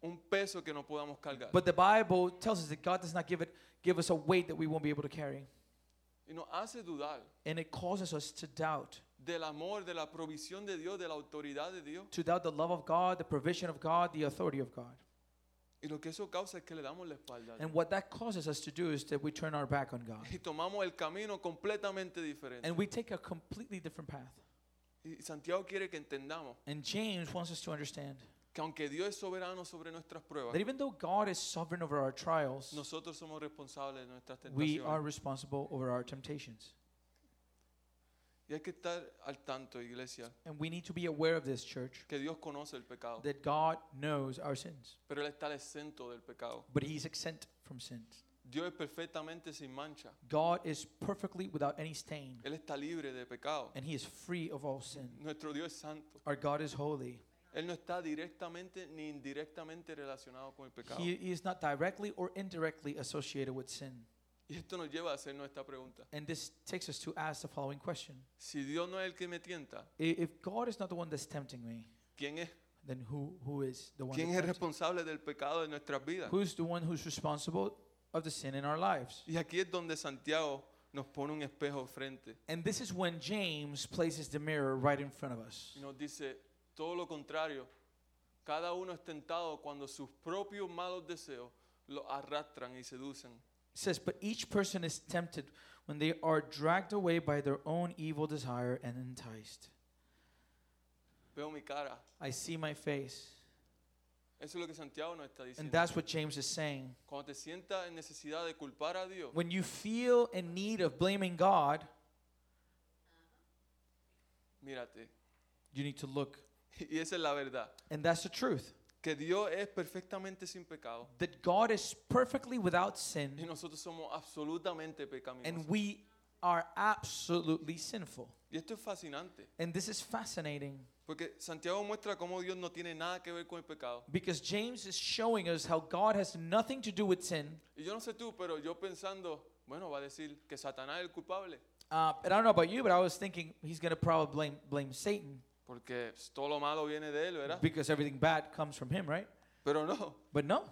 Speaker 1: un peso que no podamos cargar.
Speaker 2: But the Bible tells us that God does not give it give us a weight that we won't be able to carry.
Speaker 1: Y nos hace dudar
Speaker 2: And it causes us to doubt,
Speaker 1: del amor, de la provisión de Dios, de la autoridad de Dios.
Speaker 2: to doubt the love of God, the provision of God, the authority of God.
Speaker 1: Y lo que eso causa es que le damos la espalda. a Dios.
Speaker 2: And what that causes us to do is that we turn our back on God.
Speaker 1: Y tomamos el camino completamente diferente.
Speaker 2: And we take a completely different path.
Speaker 1: Y Santiago quiere que entendamos
Speaker 2: And James wants us to understand
Speaker 1: que aunque Dios es soberano sobre nuestras pruebas,
Speaker 2: that even though God is sovereign over our trials,
Speaker 1: nosotros somos responsables de nuestras
Speaker 2: we are
Speaker 1: tentaciones.
Speaker 2: responsible over our temptations.
Speaker 1: Y hay que estar al tanto, iglesia,
Speaker 2: And we need to be aware of this, church,
Speaker 1: que Dios conoce el pecado,
Speaker 2: that God knows our sins,
Speaker 1: pero Él está exento del pecado.
Speaker 2: but He's exempt from sins.
Speaker 1: Dios es perfectamente sin mancha.
Speaker 2: God is perfectly without any stain,
Speaker 1: Él está libre de pecado.
Speaker 2: and He is free of all sin.
Speaker 1: Nuestro Dios es santo.
Speaker 2: Our God is holy.
Speaker 1: Él no está directamente ni indirectamente relacionado con el pecado.
Speaker 2: He is not directly or indirectly associated with sin.
Speaker 1: Y esto nos lleva a hacernos esta pregunta.
Speaker 2: And this takes us to ask the following question
Speaker 1: Si Dios no es el que me tienta,
Speaker 2: I- If God is not the one that's tempting me,
Speaker 1: ¿quién es?
Speaker 2: then who, who is the one
Speaker 1: ¿Quién es
Speaker 2: that's tempting?
Speaker 1: responsable del pecado de nuestras vidas?
Speaker 2: Who's the one who's responsible of the sin in our lives?
Speaker 1: Y aquí es donde Santiago nos pone un espejo frente
Speaker 2: And this is when James places the mirror right in front of us.
Speaker 1: y nos dice todo lo contrario. Cada uno es tentado cuando sus propios malos deseos lo arrastran y seducen.
Speaker 2: It says, But each person is tempted when they are dragged away by their own evil desire and enticed.
Speaker 1: Veo mi cara.
Speaker 2: I see my face.
Speaker 1: Eso es lo que Santiago nos está
Speaker 2: And
Speaker 1: diciendo.
Speaker 2: that's what James is saying.
Speaker 1: Cuando te sientas en necesidad de culpar a Dios,
Speaker 2: When you feel in need of blaming God,
Speaker 1: mírate.
Speaker 2: you need to look.
Speaker 1: Y esa es la verdad.
Speaker 2: And that's the truth.
Speaker 1: Que Dios es perfectamente sin pecado
Speaker 2: That God is perfectly without
Speaker 1: y
Speaker 2: sin,
Speaker 1: nosotros somos absolutamente pecaminosos.
Speaker 2: and we are absolutely sinful.
Speaker 1: Y esto es fascinante,
Speaker 2: And this is fascinating
Speaker 1: porque Santiago muestra cómo Dios no tiene nada que ver con el pecado.
Speaker 2: because James is showing us how God has nothing to do with sin.
Speaker 1: Y yo no sé tú, pero yo pensando, bueno, va a decir que Satanás es el culpable,
Speaker 2: Uh, and I don't know about you, but I was thinking he's going to probably blame, blame Satan
Speaker 1: porque todo lo malo viene de él, ¿verdad?
Speaker 2: because everything bad comes from him, right?
Speaker 1: Pero no,
Speaker 2: But no,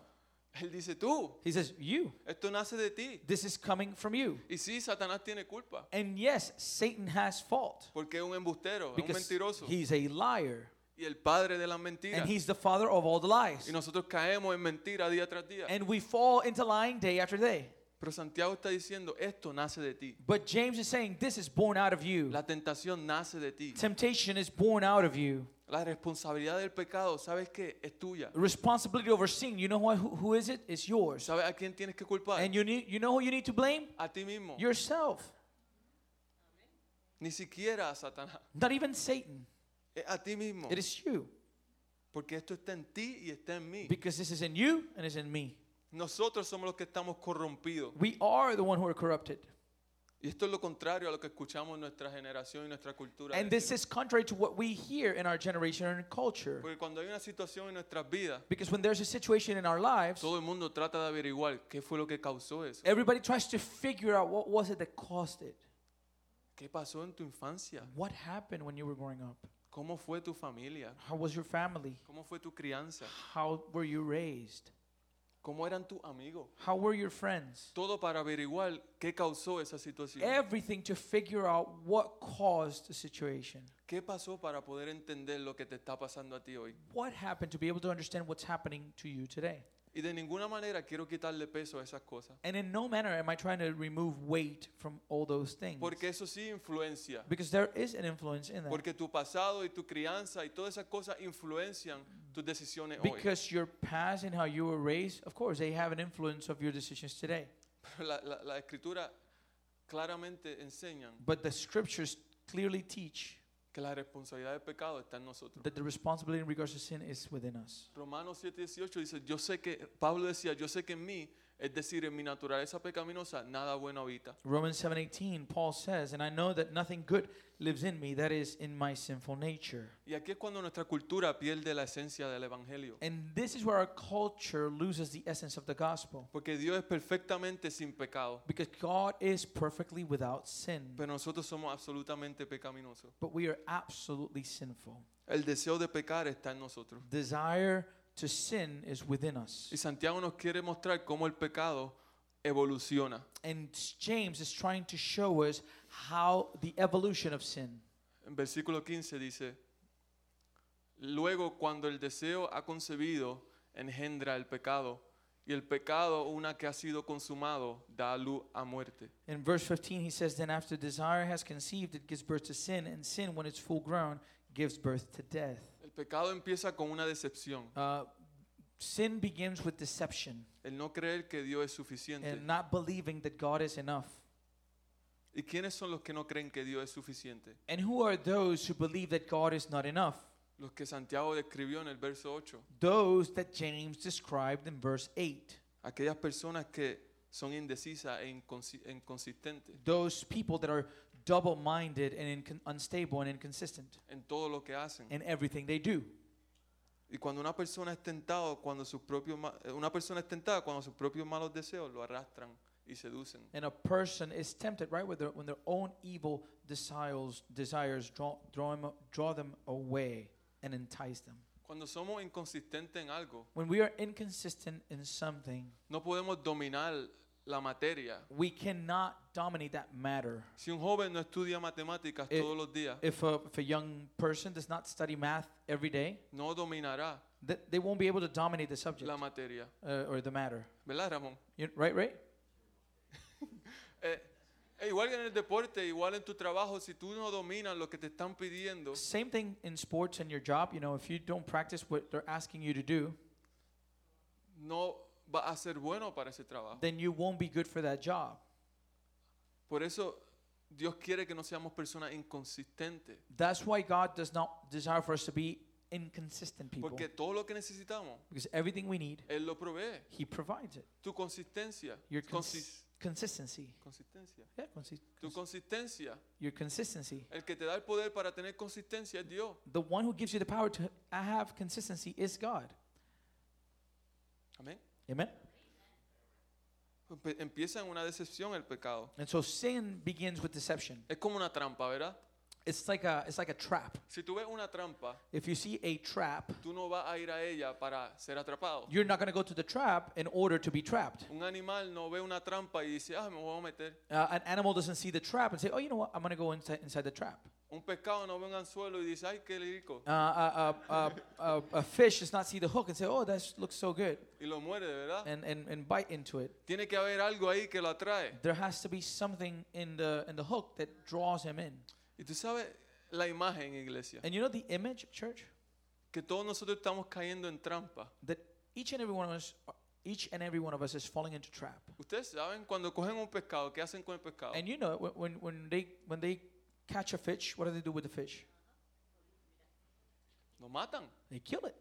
Speaker 1: él dice tú,
Speaker 2: he says, You.
Speaker 1: esto nace de ti.
Speaker 2: This is coming from you.
Speaker 1: Y sí, Satanás tiene culpa,
Speaker 2: And yes, Satan has fault
Speaker 1: porque es un embustero, es un
Speaker 2: because
Speaker 1: mentiroso
Speaker 2: he's a liar.
Speaker 1: y el padre de las
Speaker 2: And
Speaker 1: mentiras.
Speaker 2: he's the father of all the lies.
Speaker 1: Y nosotros caemos en mentira día tras día.
Speaker 2: And we fall into lying day after day.
Speaker 1: Pero Santiago está diciendo, esto nace de ti.
Speaker 2: But James is saying this is born out of you.
Speaker 1: La tentación nace de ti.
Speaker 2: Temptation is born out of you.
Speaker 1: La responsabilidad del pecado, ¿sabes qué? Es tuya.
Speaker 2: Responsibility over sin, you know who, who, who is it? It's yours.
Speaker 1: ¿Sabes a quién tienes que culpar?
Speaker 2: And you, need, you know who you need to blame?
Speaker 1: A ti mismo.
Speaker 2: Yourself.
Speaker 1: Ni siquiera a Satanás.
Speaker 2: Not even Satan.
Speaker 1: Es a ti mismo.
Speaker 2: It is you.
Speaker 1: Porque esto está en ti y está en mí.
Speaker 2: Because this is in you and it's in me.
Speaker 1: Nosotros somos los que estamos corrompidos.
Speaker 2: We are the one who are corrupted.
Speaker 1: Y esto es lo contrario a lo que escuchamos en nuestra generación y nuestra cultura.
Speaker 2: And this
Speaker 1: decir.
Speaker 2: is contrary to what we hear in our generation and culture.
Speaker 1: Porque cuando hay una situación en nuestras vidas,
Speaker 2: Because when there's a situation in our lives,
Speaker 1: todo el mundo trata de averiguar qué fue lo que causó eso.
Speaker 2: everybody tries to figure out what was it that caused it.
Speaker 1: ¿Qué pasó en tu infancia?
Speaker 2: What happened when you were growing up?
Speaker 1: ¿Cómo fue tu familia?
Speaker 2: How was your family?
Speaker 1: ¿Cómo fue tu crianza?
Speaker 2: How were you raised?
Speaker 1: ¿Cómo eran tus amigos?
Speaker 2: How were your friends?
Speaker 1: Todo para averiguar qué causó esa situación.
Speaker 2: Everything to figure out what caused the situation.
Speaker 1: ¿Qué pasó para poder entender lo que te está pasando a ti hoy?
Speaker 2: What happened to be able to understand what's happening to you today?
Speaker 1: Y de ninguna manera quiero quitarle peso a esas cosas.
Speaker 2: And in no manner am I trying to remove weight from all those things.
Speaker 1: Porque eso sí influencia.
Speaker 2: Because there is an influence in that.
Speaker 1: Porque tu pasado y tu crianza y todas esas cosas influencian tus decisiones hoy.
Speaker 2: Because your past and how you were raised, of course, they have an influence of your decisions today.
Speaker 1: Pero la, la- la escritura claramente enseñan
Speaker 2: But the scriptures clearly teach
Speaker 1: que la responsabilidad del pecado está en nosotros.
Speaker 2: that the responsibility in regards to sin is within us.
Speaker 1: Romanos 7:18 dice, yo sé que, Pablo decía, yo sé que en mí, es decir, en mi naturaleza pecaminosa, nada bueno habita.
Speaker 2: Romans 7:18 Paul says, "And I know that nothing good lives in me, that is in my sinful nature."
Speaker 1: Y aquí es cuando nuestra cultura pierde la esencia del Evangelio.
Speaker 2: And this is where our culture loses the essence of the gospel
Speaker 1: Porque Dios es perfectamente sin pecado,
Speaker 2: because God is perfectly without sin,
Speaker 1: pero nosotros somos absolutamente pecaminosos.
Speaker 2: but we are absolutely sinful.
Speaker 1: El deseo de pecar está en nosotros.
Speaker 2: Desire to sin is within us.
Speaker 1: Y Santiago nos quiere mostrar cómo el pecado evoluciona.
Speaker 2: And James is trying to show us how the evolution of sin.
Speaker 1: En versículo 15 dice, luego cuando el deseo ha concebido, engendra el pecado, y el pecado, una que ha sido consumado, da a luz a muerte.
Speaker 2: In verse 15, he says, Then after desire has conceived, it gives birth to sin, and sin, when it's full grown, gives birth to death.
Speaker 1: El pecado empieza con una decepción,
Speaker 2: Uh, sin begins with deception
Speaker 1: el no creer que Dios es suficiente.
Speaker 2: and not believing that God is enough.
Speaker 1: ¿Y quiénes son los que no creen que Dios es suficiente?
Speaker 2: And who are those who believe that God is not enough?
Speaker 1: Los que Santiago describió en el verso 8,
Speaker 2: Those that James described in verse 8.
Speaker 1: aquellas personas que son indecisas e inconsi- inconsistentes
Speaker 2: Those people that are double minded and incon- unstable and inconsistent
Speaker 1: en todo lo que hacen.
Speaker 2: in everything they do.
Speaker 1: Y cuando una persona es tentado, cuando sus propios ma- eh, una persona es tentada cuando sus propios malos deseos lo arrastran y seducen.
Speaker 2: And a person is tempted, right, with their, when their own evil desires, desires draw, draw, him, draw them away and entice them.
Speaker 1: Cuando somos inconsistentes en algo,
Speaker 2: When we are inconsistent in something,
Speaker 1: no podemos dominar la materia.
Speaker 2: we cannot dominate that matter.
Speaker 1: Si un joven no estudia matemáticas
Speaker 2: Eh,
Speaker 1: todos los días,
Speaker 2: If a, if a young person does not study math every day,
Speaker 1: no dominará
Speaker 2: th- they won't be able to dominate the subject
Speaker 1: la materia.
Speaker 2: uh, or the matter.
Speaker 1: ¿Verdad, Ramón?
Speaker 2: You, right, right?
Speaker 1: Eh, eh, igual que en el deporte, igual en tu trabajo, si tú no dominas lo que te están pidiendo,
Speaker 2: Same thing in sports and your job. You know, if you don't practice what they're asking you to do,
Speaker 1: no va a ser bueno para ese trabajo.
Speaker 2: then you won't be good for that job.
Speaker 1: Por eso Dios quiere que no seamos personas inconsistentes.
Speaker 2: That's why God does not desire for us to be inconsistent people.
Speaker 1: Porque todo lo que necesitamos,
Speaker 2: because everything we need,
Speaker 1: Él lo provee.
Speaker 2: He provides it.
Speaker 1: Tu consistencia.
Speaker 2: Your cons-
Speaker 1: consis-
Speaker 2: consistency.
Speaker 1: consistencia.
Speaker 2: Yeah, consi-
Speaker 1: Tu consistencia.
Speaker 2: your consistency.
Speaker 1: El que te da el poder para tener consistencia es Dios.
Speaker 2: The one who gives you the power to have consistency is God.
Speaker 1: Amén.
Speaker 2: Amen?
Speaker 1: Empe- Empieza en una decepción el pecado.
Speaker 2: And so sin begins with deception.
Speaker 1: Es como una trampa, ¿verdad?
Speaker 2: It's like a, it's like a trap.
Speaker 1: Si tú ves una trampa,
Speaker 2: If you see a trap,
Speaker 1: tú no vas a ir a ella para ser atrapado.
Speaker 2: you're not going to go to the trap in order to be trapped.
Speaker 1: Un animal no ve una trampa y dice, ah, me voy a meter.
Speaker 2: Uh, an animal doesn't see the trap and say, "Oh, you know what? I'm going to go inside, inside the trap."
Speaker 1: Un pescado no ve un anzuelo y dice, ay, qué rico.
Speaker 2: Uh, a, a, a, a, a fish does not see the hook and say, "Oh, that looks so good,"
Speaker 1: Y lo muere, ¿verdad?
Speaker 2: and, and, and bite into it.
Speaker 1: Tiene que haber algo ahí que lo atrae.
Speaker 2: There has to be something in the in the hook that draws him in.
Speaker 1: Y tú sabes la imagen, iglesia.
Speaker 2: And you know the image, church,
Speaker 1: Que todos nosotros estamos cayendo en trampa.
Speaker 2: that each and every one of us, each and every one of us is falling into trap.
Speaker 1: Ustedes saben cuando cogen un pescado, ¿qué hacen con el pescado?
Speaker 2: And you know it, when- when when they when they catch a fish, what do they do with the fish?
Speaker 1: Lo matan.
Speaker 2: They kill it.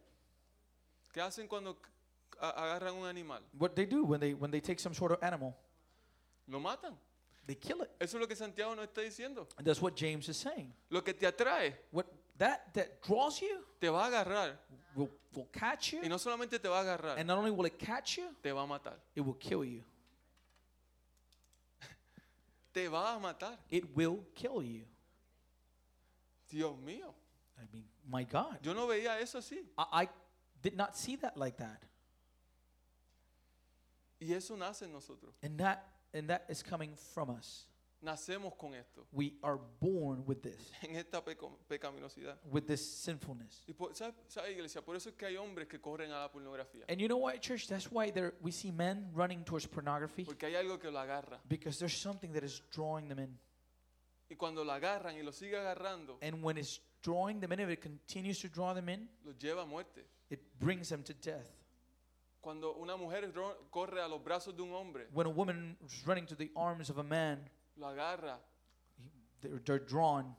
Speaker 1: ¿Qué hacen cuando c- a- agarran un animal?
Speaker 2: What they do when they when they take some sort of animal,
Speaker 1: Lo matan.
Speaker 2: they kill it.
Speaker 1: Eso es lo que Santiago nos está diciendo.
Speaker 2: And that's what James is saying.
Speaker 1: Lo que te atrae
Speaker 2: What that that draws you
Speaker 1: te va a agarrar.
Speaker 2: will, will catch
Speaker 1: Y
Speaker 2: you,
Speaker 1: no solamente te va a agarrar,
Speaker 2: and not only will it catch you,
Speaker 1: te va a matar.
Speaker 2: it will kill you.
Speaker 1: Te va a matar.
Speaker 2: It will kill you.
Speaker 1: Dios mío.
Speaker 2: I mean, my God,
Speaker 1: Yo no veía eso así.
Speaker 2: I, I did not see that like that,
Speaker 1: Y eso nace en nosotros.
Speaker 2: and that and that is coming from us.
Speaker 1: Nacemos con esto,
Speaker 2: We are born with this,
Speaker 1: en esta peco- pecaminosidad.
Speaker 2: with this sinfulness.
Speaker 1: Y por, ¿sabe, sabe, iglesia? Por eso es que hay hombres que corren a la pornografía.
Speaker 2: And you know why, church? That's why there we see men running towards pornography
Speaker 1: Porque hay algo que lo agarra.
Speaker 2: because there's something that is drawing them in.
Speaker 1: Y cuando lo agarran y lo sigue agarrando,
Speaker 2: And when it's drawing them in, if it continues to draw them in,
Speaker 1: los lleva a muerte.
Speaker 2: it brings them to death.
Speaker 1: Cuando una mujer ro- corre a los brazos de un hombre,
Speaker 2: When a woman is running to the arms of a man,
Speaker 1: lo agarra
Speaker 2: They're, they're drawn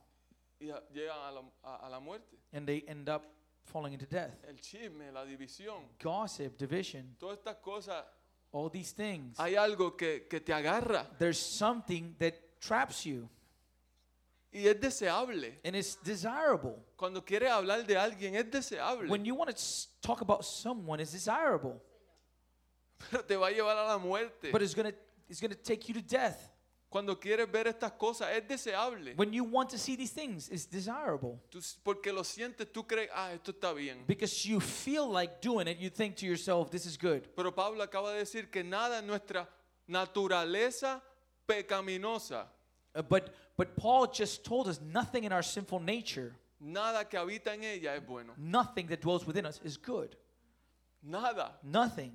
Speaker 1: y a- llegan a la, a- a la muerte.
Speaker 2: and they end up falling into death.
Speaker 1: El chisme, la división,
Speaker 2: Gossip, division,
Speaker 1: todas estas cosas.
Speaker 2: all these things.
Speaker 1: Hay algo que, que te agarra
Speaker 2: There's something that traps you
Speaker 1: y es deseable.
Speaker 2: and it's desirable.
Speaker 1: Cuando quieres hablar de alguien es deseable,
Speaker 2: When you want to talk about someone, it's desirable,
Speaker 1: pero te va a llevar a la muerte.
Speaker 2: but it's going to it's going to take you to death.
Speaker 1: Cuando quieres ver estas cosas es deseable.
Speaker 2: When you want to see these things, it's desirable.
Speaker 1: Tú s- porque lo sientes, tú crees, ah, esto está bien.
Speaker 2: Because you feel like doing it, you think to yourself, this is good.
Speaker 1: Pero Pablo acaba de decir que nada en nuestra naturaleza pecaminosa,
Speaker 2: Uh, but but Paul just told us nothing in our sinful nature,
Speaker 1: nada que habita en ella es bueno.
Speaker 2: nothing that dwells within us is good.
Speaker 1: Nada.
Speaker 2: Nothing.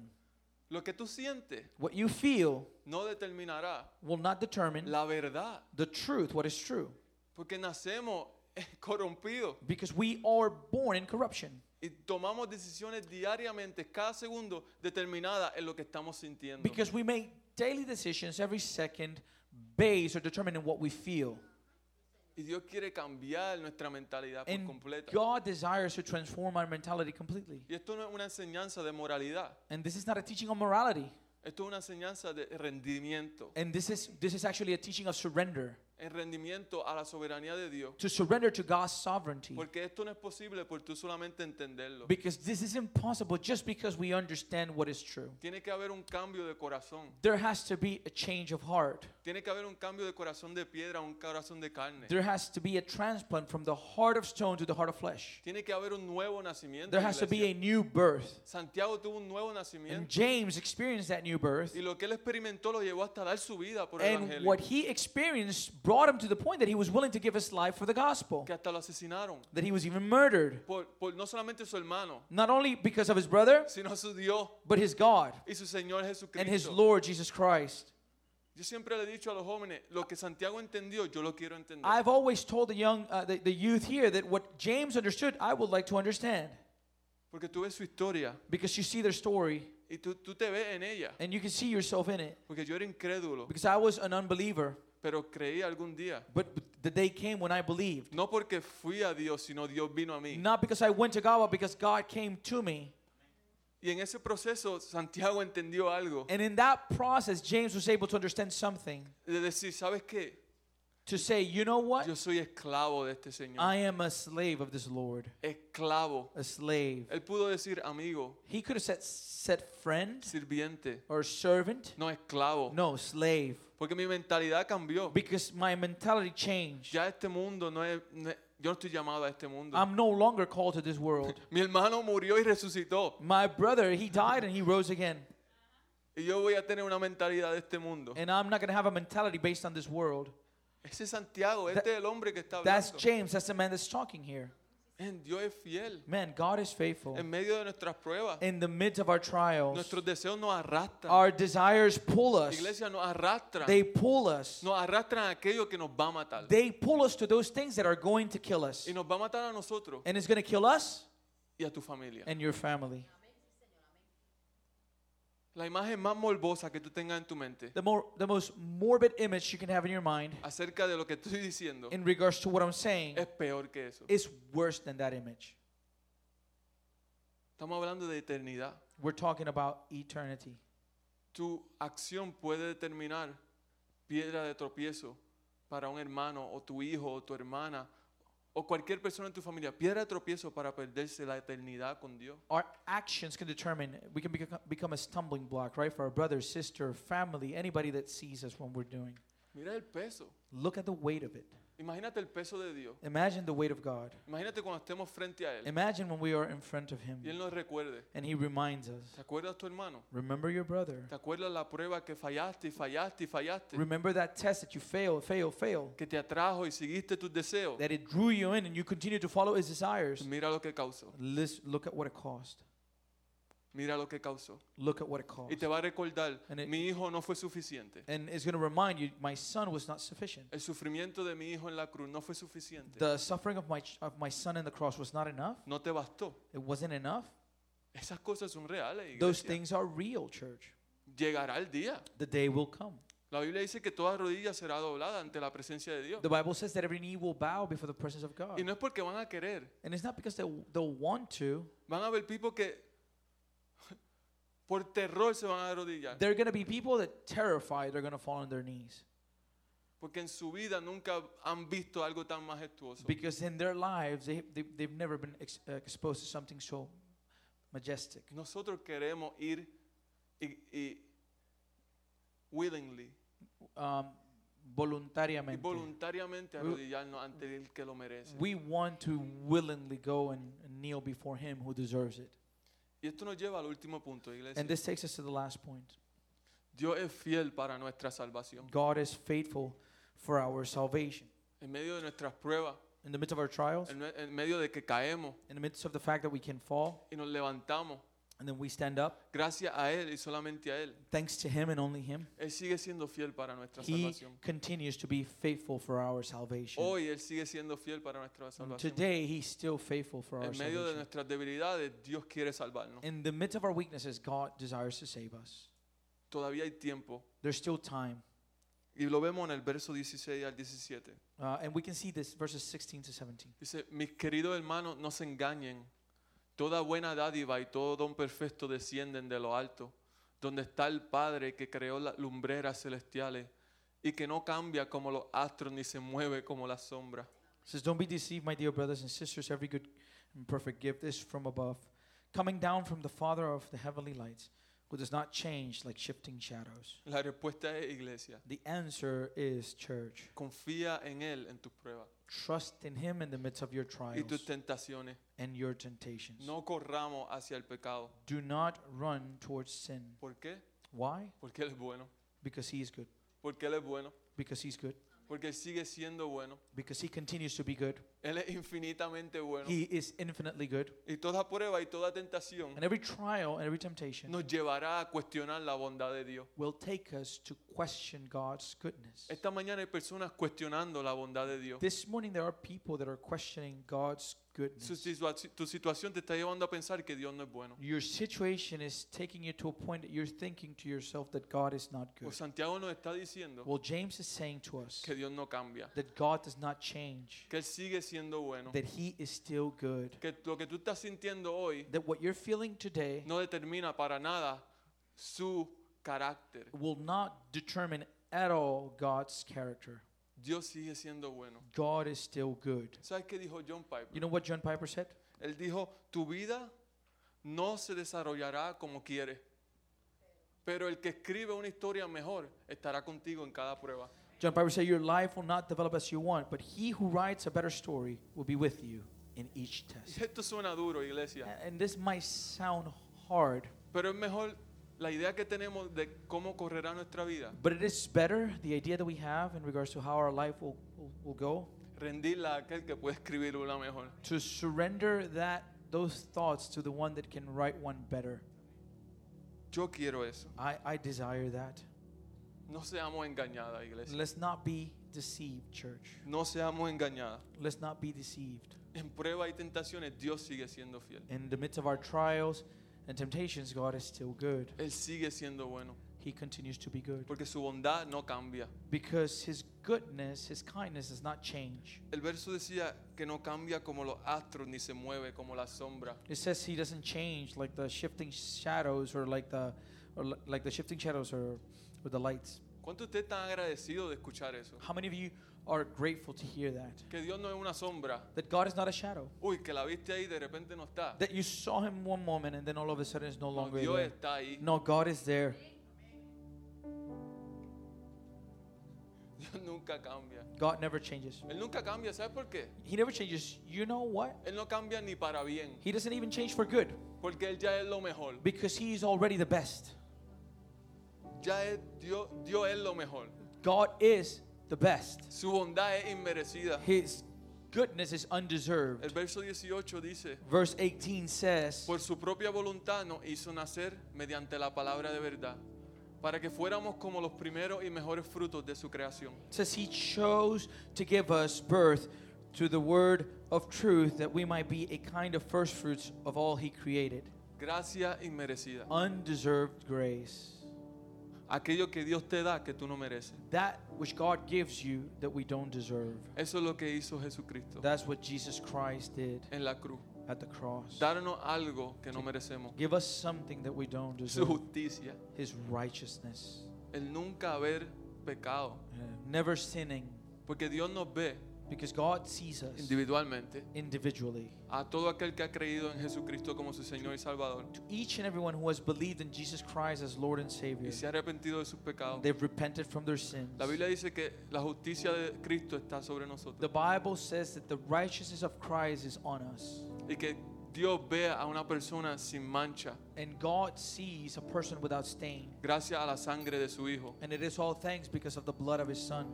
Speaker 1: Lo que tú sientes
Speaker 2: What you feel
Speaker 1: no determinará
Speaker 2: will not determine
Speaker 1: la verdad,
Speaker 2: the truth, what is true.
Speaker 1: porque nacemos corrompidos
Speaker 2: Because we are born in corruption.
Speaker 1: y tomamos decisiones diariamente, cada segundo, determinada en lo que estamos sintiendo.
Speaker 2: Because we make daily decisions every second based or determined in what we feel.
Speaker 1: Y Dios quiere cambiar nuestra mentalidad por
Speaker 2: And
Speaker 1: completa.
Speaker 2: God desires to transform our mentality completely.
Speaker 1: Y esto no es una enseñanza de moralidad,
Speaker 2: And this is not a teaching on morality.
Speaker 1: esto es una enseñanza de rendimiento,
Speaker 2: And this is this is actually a teaching of surrender.
Speaker 1: el rendimiento a la soberanía de Dios.
Speaker 2: To surrender to God's sovereignty.
Speaker 1: Porque esto no es posible por tú solamente entenderlo.
Speaker 2: Because this is impossible just because we understand what is true.
Speaker 1: Tiene que haber un cambio de corazón.
Speaker 2: There has to be a change of heart.
Speaker 1: Tiene que haber un cambio de corazón de piedra a un corazón de carne.
Speaker 2: There has to be a transplant from the heart of stone to the heart of flesh.
Speaker 1: Tiene que haber un nuevo nacimiento.
Speaker 2: There has to be
Speaker 1: iglesia.
Speaker 2: a new birth.
Speaker 1: Santiago tuvo un nuevo
Speaker 2: And
Speaker 1: nacimiento
Speaker 2: James experienced that new birth.
Speaker 1: y lo que él experimentó lo llevó hasta dar su vida por el
Speaker 2: And
Speaker 1: evangelio.
Speaker 2: what he experienced brought him to the point that he was willing to give his life for the gospel,
Speaker 1: Que hasta lo asesinaron
Speaker 2: that he was even murdered.
Speaker 1: por, por no solamente su hermano,
Speaker 2: Not only because of his brother,
Speaker 1: sino su Dios
Speaker 2: but his God
Speaker 1: y su Señor
Speaker 2: and his
Speaker 1: Jesucristo.
Speaker 2: Lord Jesus Christ.
Speaker 1: Yo siempre le he dicho a los jóvenes, lo que Santiago entendió, yo lo quiero entender.
Speaker 2: I've always told the young, uh, the, the youth here that what James understood, I would like to understand.
Speaker 1: Porque tú ves su historia
Speaker 2: Because you see their story
Speaker 1: y tú, tú te ves en ella.
Speaker 2: and you can see yourself in it.
Speaker 1: Porque yo era incrédulo,
Speaker 2: Because I was an unbeliever,
Speaker 1: pero creí algún día.
Speaker 2: but but the day came when I believed.
Speaker 1: No porque fui a Dios, sino Dios vino a mí.
Speaker 2: Not because I went to God, but because God came to me.
Speaker 1: Y en ese proceso Santiago entendió algo.
Speaker 2: And in that process, James was able to understand something
Speaker 1: De decir, ¿sabes qué?
Speaker 2: to say, you know what?
Speaker 1: Yo soy esclavo de este Señor.
Speaker 2: I am a slave of this Lord.
Speaker 1: Esclavo.
Speaker 2: A slave.
Speaker 1: Él pudo decir amigo,
Speaker 2: He could have said, said friend
Speaker 1: sirviente,
Speaker 2: or servant.
Speaker 1: no esclavo.
Speaker 2: No, slave.
Speaker 1: Porque mi mentalidad cambió.
Speaker 2: Because my mentality changed.
Speaker 1: Ya este mundo no es, no es- yo no estoy llamado a este mundo.
Speaker 2: I'm no longer called to this world.
Speaker 1: Mi hermano murió y resucitó.
Speaker 2: My brother, he died and he rose again.
Speaker 1: Y yo voy a tener una mentalidad de este mundo.
Speaker 2: And I'm not going to have a mentality based on this world.
Speaker 1: Ese es Santiago, este es el hombre que está
Speaker 2: That's
Speaker 1: hablando.
Speaker 2: James. That's the man that's talking here.
Speaker 1: Man, Dios es fiel.
Speaker 2: Man, God is faithful.
Speaker 1: En medio de nuestras pruebas,
Speaker 2: In the midst of our trials,
Speaker 1: nuestros deseos nos arrastran.
Speaker 2: our desires pull
Speaker 1: La
Speaker 2: us.
Speaker 1: iglesia nos arrastra.
Speaker 2: They pull us.
Speaker 1: Nos arrastran a aquello que nos va a matar.
Speaker 2: They pull us to those things that are going to kill us.
Speaker 1: Y nos va a matar a nosotros
Speaker 2: And it's going to kill us
Speaker 1: y a tu familia.
Speaker 2: and your family.
Speaker 1: La imagen más morbosa que tú tengas en tu mente
Speaker 2: The, more, the most morbid image you can have in your mind
Speaker 1: acerca de lo que estoy diciendo
Speaker 2: in regards to what I'm saying
Speaker 1: es peor que eso.
Speaker 2: is worse than that image.
Speaker 1: Estamos hablando de eternidad.
Speaker 2: We're talking about eternity.
Speaker 1: Tu acción puede determinar piedra de tropiezo para un hermano o tu hijo o tu hermana o cualquier persona en tu familia. Piedra de tropiezo para perderse la eternidad con Dios.
Speaker 2: Our actions can determine, we can become, become a stumbling block, right? For our brother, sister, family, anybody that sees us when we're doing.
Speaker 1: Mira el peso.
Speaker 2: Look at the weight of it.
Speaker 1: Imagínate el peso de Dios.
Speaker 2: Imagine the weight of God.
Speaker 1: Imagínate cuando estemos frente a Él
Speaker 2: Imagine when we are in front of
Speaker 1: y Él
Speaker 2: Him
Speaker 1: nos recuerde.
Speaker 2: and He reminds us
Speaker 1: ¿Te acuerdas tu hermano?
Speaker 2: remember your brother.
Speaker 1: ¿Te acuerdas la prueba que fallaste y fallaste y fallaste?
Speaker 2: Remember that test that you failed, failed, failed.
Speaker 1: que te atrajo y seguiste tus deseos.
Speaker 2: That it drew you in and you continued to follow His desires.
Speaker 1: Mira lo que causó.
Speaker 2: Let's look at what it cost.
Speaker 1: Mira lo que causó.
Speaker 2: Look at what it
Speaker 1: Y
Speaker 2: cost.
Speaker 1: te va a recordar,
Speaker 2: And it-
Speaker 1: mi hijo no fue suficiente.
Speaker 2: And it's going to remind you, my son was not sufficient.
Speaker 1: El sufrimiento de mi hijo en la cruz no fue suficiente.
Speaker 2: The suffering of my, ch- of my son in the cross was not enough.
Speaker 1: No te bastó.
Speaker 2: It wasn't enough.
Speaker 1: Esas cosas son reales.
Speaker 2: Those
Speaker 1: iglesia.
Speaker 2: things are real, church.
Speaker 1: Llegará el día
Speaker 2: The day will come
Speaker 1: La Biblia dice que toda rodilla será doblada ante la presencia de Dios.
Speaker 2: The Bible says that every knee will bow before the presence of God.
Speaker 1: Y no es porque van a querer.
Speaker 2: And it's not because they, they'll want to.
Speaker 1: Van a haber people que por terror se van a arrodillar.
Speaker 2: There are going to be people that terrified are going to fall on their knees
Speaker 1: Porque en su vida nunca han visto algo tan majestuoso.
Speaker 2: because in their lives they, they, they've never been ex- uh, exposed to something so majestic.
Speaker 1: Nosotros queremos ir y, y willingly
Speaker 2: Um,
Speaker 1: y
Speaker 2: voluntariamente.
Speaker 1: voluntariamente arrodillarnos ante el que lo merece.
Speaker 2: we want to willingly go and and kneel before him who deserves it.
Speaker 1: Y esto nos lleva al último punto, iglesia.
Speaker 2: And this takes us to the last point.
Speaker 1: Dios es fiel para nuestra salvación.
Speaker 2: God is faithful for our salvation.
Speaker 1: En medio de nuestras pruebas,
Speaker 2: In the midst of our trials,
Speaker 1: en, me- en medio de que caemos
Speaker 2: in the midst of the fact that we can fall
Speaker 1: y nos levantamos,
Speaker 2: and then we stand up,
Speaker 1: gracias a Él y solamente a Él,
Speaker 2: thanks to him and only him,
Speaker 1: Él sigue siendo fiel para nuestra
Speaker 2: he
Speaker 1: salvación.
Speaker 2: continues to be faithful for our salvation.
Speaker 1: Hoy Él sigue siendo fiel para nuestra salvación.
Speaker 2: Today, he's still faithful for our
Speaker 1: En medio de
Speaker 2: salvation.
Speaker 1: nuestras debilidades, Dios quiere salvarnos.
Speaker 2: In the midst of our weaknesses, God desires to save us.
Speaker 1: Todavía hay tiempo.
Speaker 2: There's still time.
Speaker 1: Y lo vemos en el verso 16 al 17.
Speaker 2: Uh, and we can see this verses 16 to 17.
Speaker 1: Dice, mis queridos hermanos, no se engañen. Toda buena dádiva y todo don perfecto descienden de lo alto, donde está el Padre que creó las lumbreras celestiales y que no cambia como los astros ni se mueve como la sombra.
Speaker 2: It says, Don't be deceived, my dear brothers and sisters. Every good and perfect gift is from above, coming down from the Father of the heavenly lights, who does not change like shifting shadows.
Speaker 1: La respuesta es iglesia.
Speaker 2: The answer is church.
Speaker 1: Confía en Él en tus pruebas
Speaker 2: Trust in Him in the midst of your
Speaker 1: y
Speaker 2: trials
Speaker 1: tus tentaciones.
Speaker 2: and your temptations.
Speaker 1: No corramos hacia el pecado.
Speaker 2: Do not run towards sin.
Speaker 1: ¿Por qué?
Speaker 2: Why?
Speaker 1: Porque Él es bueno.
Speaker 2: Because He is good.
Speaker 1: Porque Él es bueno.
Speaker 2: Because He's good.
Speaker 1: Porque Él sigue siendo bueno.
Speaker 2: Because He continues to be good.
Speaker 1: Él es infinitamente bueno.
Speaker 2: He is infinitely good.
Speaker 1: Y toda prueba y toda tentación
Speaker 2: And every trial and every temptation
Speaker 1: nos llevará a cuestionar la bondad de Dios.
Speaker 2: will take us to question God's goodness.
Speaker 1: Esta mañana hay personas cuestionando la bondad de Dios.
Speaker 2: This morning there are people that are questioning God's
Speaker 1: Su
Speaker 2: goodness.
Speaker 1: situa- tu situación te está llevando a pensar que Dios no es bueno.
Speaker 2: Your situation is taking you to a point that you're thinking to yourself that God is not
Speaker 1: O
Speaker 2: good.
Speaker 1: Santiago nos está diciendo
Speaker 2: Well, James is saying to us
Speaker 1: que Dios no cambia,
Speaker 2: that God does not change,
Speaker 1: que Él sigue siendo bueno,
Speaker 2: that He is still good,
Speaker 1: que lo que tú estás sintiendo hoy
Speaker 2: that what you're feeling today
Speaker 1: no determina para nada su carácter.
Speaker 2: will not determine at all God's character.
Speaker 1: Dios sigue siendo bueno.
Speaker 2: God is still good.
Speaker 1: ¿Sabes qué dijo John Piper?
Speaker 2: You know what John Piper said?
Speaker 1: Él dijo, tu vida no se desarrollará como quieres, pero el que escribe una historia mejor estará contigo en cada prueba.
Speaker 2: John Piper said, Your life will not develop as you want, but he who writes a better story will be with you in each test.
Speaker 1: Y Esto suena duro, iglesia,
Speaker 2: A- And this might sound hard,
Speaker 1: pero es mejor la idea que tenemos de cómo correrá nuestra vida,
Speaker 2: but it is better the idea that we have in regards to how our life will, will, will go
Speaker 1: rendirla a aquel que puede escribir una mejor.
Speaker 2: to surrender that those thoughts to the one that can write one better.
Speaker 1: Yo quiero eso.
Speaker 2: I, I desire that.
Speaker 1: No seamos engañadas, iglesia.
Speaker 2: Let's not be deceived, church.
Speaker 1: No seamos engañadas.
Speaker 2: Let's not be deceived.
Speaker 1: En pruebas y tentaciones, Dios sigue siendo fiel.
Speaker 2: In the midst of our trials and temptations, God is still good.
Speaker 1: Él sigue siendo bueno,
Speaker 2: He continues to be good
Speaker 1: porque su bondad no cambia.
Speaker 2: because His goodness, His kindness does not change.
Speaker 1: El verso decía que no cambia como los astros ni se mueve como la sombra.
Speaker 2: It says He doesn't change like the shifting shadows or like the or li- like the shifting shadows or, or the lights.
Speaker 1: ¿Cuántos de ustedes están agradecidos de escuchar eso?
Speaker 2: How many of you are grateful to hear that?
Speaker 1: Que Dios no es una sombra.
Speaker 2: That God is not a shadow.
Speaker 1: Uy, que la viste ahí y de repente no está.
Speaker 2: That you saw Him one moment and then all of a sudden it's no
Speaker 1: No,
Speaker 2: longer
Speaker 1: Dios
Speaker 2: there.
Speaker 1: está ahí.
Speaker 2: No, God is there.
Speaker 1: Dios nunca cambia.
Speaker 2: God never changes.
Speaker 1: Él nunca cambia, ¿sabes por qué?
Speaker 2: He never changes. You know what?
Speaker 1: Él no cambia ni para bien,
Speaker 2: He doesn't even change for good
Speaker 1: porque Él ya es lo mejor.
Speaker 2: because He is already the best.
Speaker 1: Ya es Dios, Dios es lo mejor.
Speaker 2: God is the best.
Speaker 1: Su bondad es inmerecida.
Speaker 2: His goodness is
Speaker 1: El
Speaker 2: undeserved.
Speaker 1: verso 18 dice,
Speaker 2: Verse 18 says,
Speaker 1: por su propia voluntad nos hizo nacer mediante la palabra de verdad, para que fuéramos como los primeros y mejores frutos de su creación.
Speaker 2: says He chose to give us birth to the word of truth that we might be a kind of first fruits of all He created.
Speaker 1: Gracia inmerecida.
Speaker 2: Undeserved grace.
Speaker 1: aquello que Dios te da que tú no mereces.
Speaker 2: that which God gives you that we don't deserve.
Speaker 1: Eso es lo que hizo Jesucristo
Speaker 2: That's what Jesus Christ did
Speaker 1: en la cruz.
Speaker 2: at the cross.
Speaker 1: Darnos algo que no merecemos.
Speaker 2: Give us something that we don't
Speaker 1: Su
Speaker 2: deserve.
Speaker 1: justicia.
Speaker 2: His righteousness.
Speaker 1: El nunca haber pecado.
Speaker 2: Uh, Never sinning.
Speaker 1: Porque Dios nos ve
Speaker 2: Because God sees us
Speaker 1: individualmente
Speaker 2: individually.
Speaker 1: a todo aquel que ha creído en Jesucristo como su Señor y Salvador
Speaker 2: To each and everyone who has believed in Jesus Christ as Lord and Savior,
Speaker 1: y se ha arrepentido de sus pecados.
Speaker 2: they've repented from their sins.
Speaker 1: La Biblia dice que la justicia de Cristo está sobre
Speaker 2: The
Speaker 1: nosotros
Speaker 2: Bible says that the righteousness of Christ is on us.
Speaker 1: y que Dios ve a una persona sin mancha
Speaker 2: And God sees a person without stain.
Speaker 1: gracias a la sangre de su Hijo,
Speaker 2: And it is all thanks because of the blood of His Son.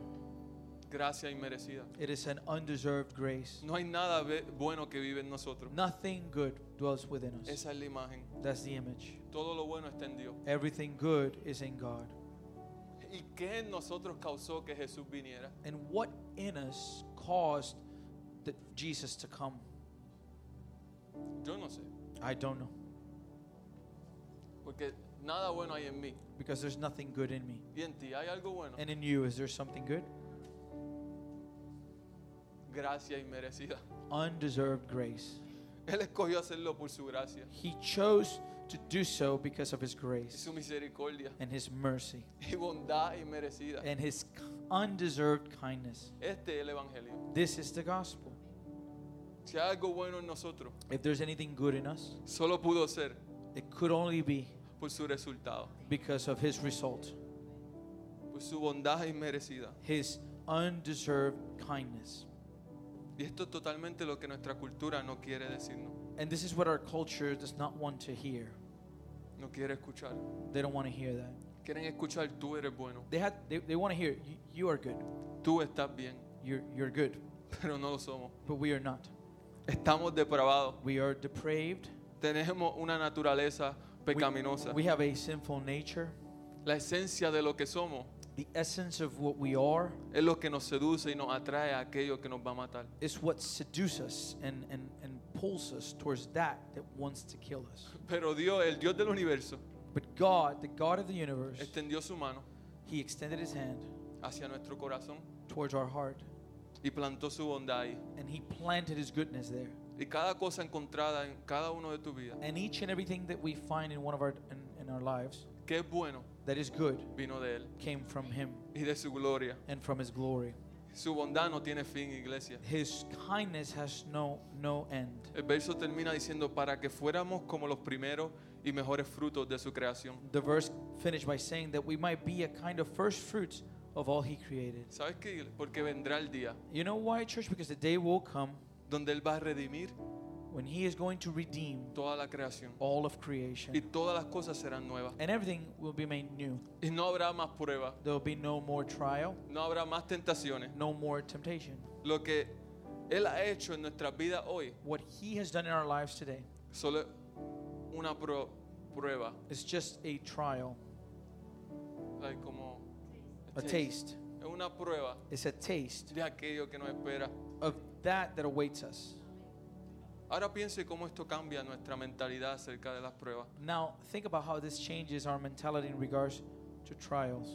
Speaker 1: gracia inmerecida.
Speaker 2: It is an undeserved grace.
Speaker 1: No hay nada ve- bueno que vive en nosotros.
Speaker 2: Nothing good dwells within us.
Speaker 1: Esa es la imagen.
Speaker 2: That's the image.
Speaker 1: Todo lo bueno está en Dios.
Speaker 2: Everything good is in God.
Speaker 1: ¿Y qué en nosotros causó que Jesús viniera?
Speaker 2: And what in us caused the, Jesus to come?
Speaker 1: Yo no sé,
Speaker 2: I don't know.
Speaker 1: porque nada bueno hay en mí
Speaker 2: Because there's nothing good in me.
Speaker 1: y en ti. ¿Hay algo bueno?
Speaker 2: And in you, is there something good?
Speaker 1: Gracia inmerecida.
Speaker 2: Undeserved grace.
Speaker 1: Él escogió hacerlo por su gracia
Speaker 2: He chose to do so because of His
Speaker 1: y
Speaker 2: grace
Speaker 1: su misericordia
Speaker 2: and His mercy
Speaker 1: y bondad inmerecida.
Speaker 2: and His undeserved kindness.
Speaker 1: Este es el Evangelio.
Speaker 2: This is the gospel.
Speaker 1: Si hay algo bueno en nosotros,
Speaker 2: If there's anything good in us,
Speaker 1: solo pudo ser
Speaker 2: it could only be
Speaker 1: por su resultado,
Speaker 2: because of His result,
Speaker 1: por pues su bondad inmerecida.
Speaker 2: His undeserved kindness.
Speaker 1: Y esto es totalmente lo que nuestra cultura no quiere decirnos,
Speaker 2: And this is what our culture does not want to hear.
Speaker 1: no quiere escuchar.
Speaker 2: They don't want to hear that.
Speaker 1: Quieren escuchar, tú eres bueno,
Speaker 2: They had they, they want to hear "You- you are good.
Speaker 1: tú estás bien,
Speaker 2: You're you're good,
Speaker 1: pero no lo somos.
Speaker 2: but we are not.
Speaker 1: Estamos depravados,
Speaker 2: We are depraved.
Speaker 1: tenemos una naturaleza pecaminosa.
Speaker 2: We have a sinful nature.
Speaker 1: La esencia de lo que somos
Speaker 2: The essence of what we are
Speaker 1: es lo que nos seduce y nos atrae a aquello que nos va a matar.
Speaker 2: is what seduces us and, and, and pulls us towards that that wants to kill us.
Speaker 1: Pero Dios, el Dios del universo,
Speaker 2: But God, the God of the universe,
Speaker 1: extendió su mano
Speaker 2: He extended His hand
Speaker 1: hacia nuestro corazón
Speaker 2: towards our heart
Speaker 1: y plantó su bondad ahí.
Speaker 2: and He planted His goodness there.
Speaker 1: Y cada cosa encontrada en cada uno de tu vida,
Speaker 2: And each and everything that we find in one of our in, in our lives
Speaker 1: que es bueno,
Speaker 2: that is good
Speaker 1: vino de Él
Speaker 2: came from Him
Speaker 1: y de su gloria.
Speaker 2: and from His glory.
Speaker 1: Su bondad no tiene fin, iglesia.
Speaker 2: His kindness has no no end.
Speaker 1: El verso termina diciendo, para que fuéramos como los primeros y mejores frutos de su creación.
Speaker 2: The verse finished by saying that we might be a kind of first fruits of all he created.
Speaker 1: ¿Sabes qué? Porque vendrá el día
Speaker 2: You know why, church? Because the day will come
Speaker 1: donde Él va a redimir
Speaker 2: when he is going to redeem
Speaker 1: toda la creación
Speaker 2: all of
Speaker 1: y
Speaker 2: creation.
Speaker 1: todas las cosas serán nuevas.
Speaker 2: And everything will be made new.
Speaker 1: Y no habrá más pruebas,
Speaker 2: There will be no more trial,
Speaker 1: no habrá más tentaciones.
Speaker 2: no more temptation.
Speaker 1: Lo que Él ha hecho en nuestras vidas hoy
Speaker 2: What he has done in our lives today
Speaker 1: solo es una pro- prueba,
Speaker 2: is just a trial,
Speaker 1: like como
Speaker 2: a taste.
Speaker 1: Es una prueba
Speaker 2: It's a taste
Speaker 1: de aquello que nos espera.
Speaker 2: of that that awaits us.
Speaker 1: Ahora piense cómo esto cambia nuestra mentalidad acerca de las pruebas.
Speaker 2: Now, think about how this changes our mentality in regards to trials.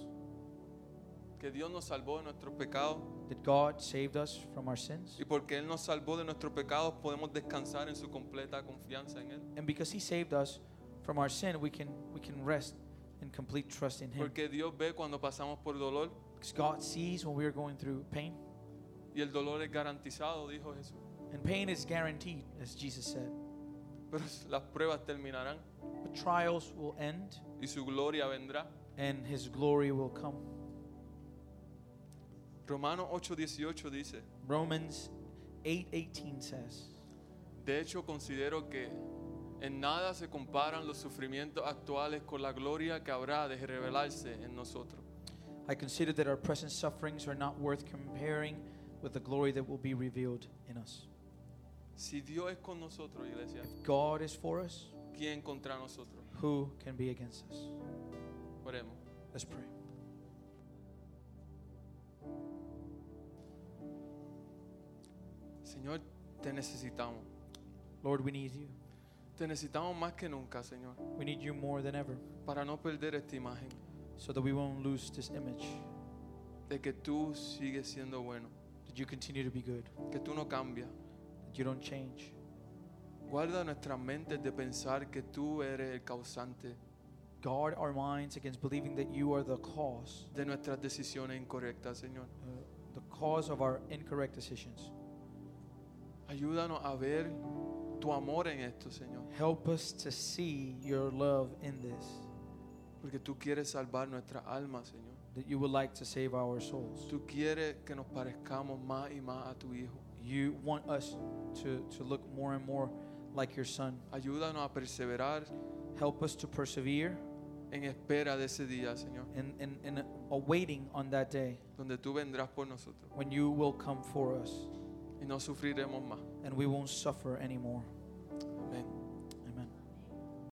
Speaker 1: Que Dios nos salvó de nuestros pecados
Speaker 2: That God saved us from our sins.
Speaker 1: y porque Él nos salvó de nuestros pecados podemos descansar en su completa confianza en Él.
Speaker 2: And because he saved us from our sin, we can we can rest in complete trust in him.
Speaker 1: Porque Dios ve cuando pasamos por dolor
Speaker 2: Because God sees when we are going through pain,
Speaker 1: y el dolor es garantizado, dijo Jesús.
Speaker 2: and pain is guaranteed, as Jesus said.
Speaker 1: Pero las pruebas terminarán
Speaker 2: But trials will end
Speaker 1: y su gloria vendrá.
Speaker 2: and his glory will come.
Speaker 1: Romanos 8:18 dice,
Speaker 2: Romans 8:18 says,
Speaker 1: de hecho considero que en nada se comparan los sufrimientos actuales con la gloria que habrá de revelarse en nosotros.
Speaker 2: I consider that our present sufferings are not worth comparing with the glory that will be revealed in us.
Speaker 1: Si Dios es con nosotros, iglesia,
Speaker 2: If God is for us,
Speaker 1: ¿quién contra nosotros?
Speaker 2: who can be against us?
Speaker 1: Oremos.
Speaker 2: Let's pray.
Speaker 1: Señor, te necesitamos.
Speaker 2: Lord, we need you.
Speaker 1: Te necesitamos más que nunca, Señor,
Speaker 2: We need you more than ever
Speaker 1: para no perder esta imagen,
Speaker 2: so that we won't lose this image
Speaker 1: de que tú sigues siendo bueno,
Speaker 2: that you continue to be good,
Speaker 1: que tú no cambias.
Speaker 2: that you don't change.
Speaker 1: Guarda nuestras mentes de pensar que tú eres el causante
Speaker 2: Guard our minds against believing that you are the cause,
Speaker 1: de nuestras decisiones incorrectas, Señor.
Speaker 2: uh, the cause of our incorrect decisions.
Speaker 1: Ayúdanos a ver tu amor en esto, Señor,
Speaker 2: Help us to see your love in this,
Speaker 1: porque tú quieres salvar nuestra alma, Señor.
Speaker 2: that you would like to save our souls.
Speaker 1: Tú quieres que nos parezcamos más y más a tu Hijo.
Speaker 2: You want us to, to look more and more like your Son.
Speaker 1: Ayúdanos a perseverar
Speaker 2: Help us to persevere
Speaker 1: en espera de ese día, Señor,
Speaker 2: in, in, in awaiting on that day
Speaker 1: donde tú vendrás por nosotros
Speaker 2: when you will come for us
Speaker 1: y no sufriremos más.
Speaker 2: and we won't suffer anymore.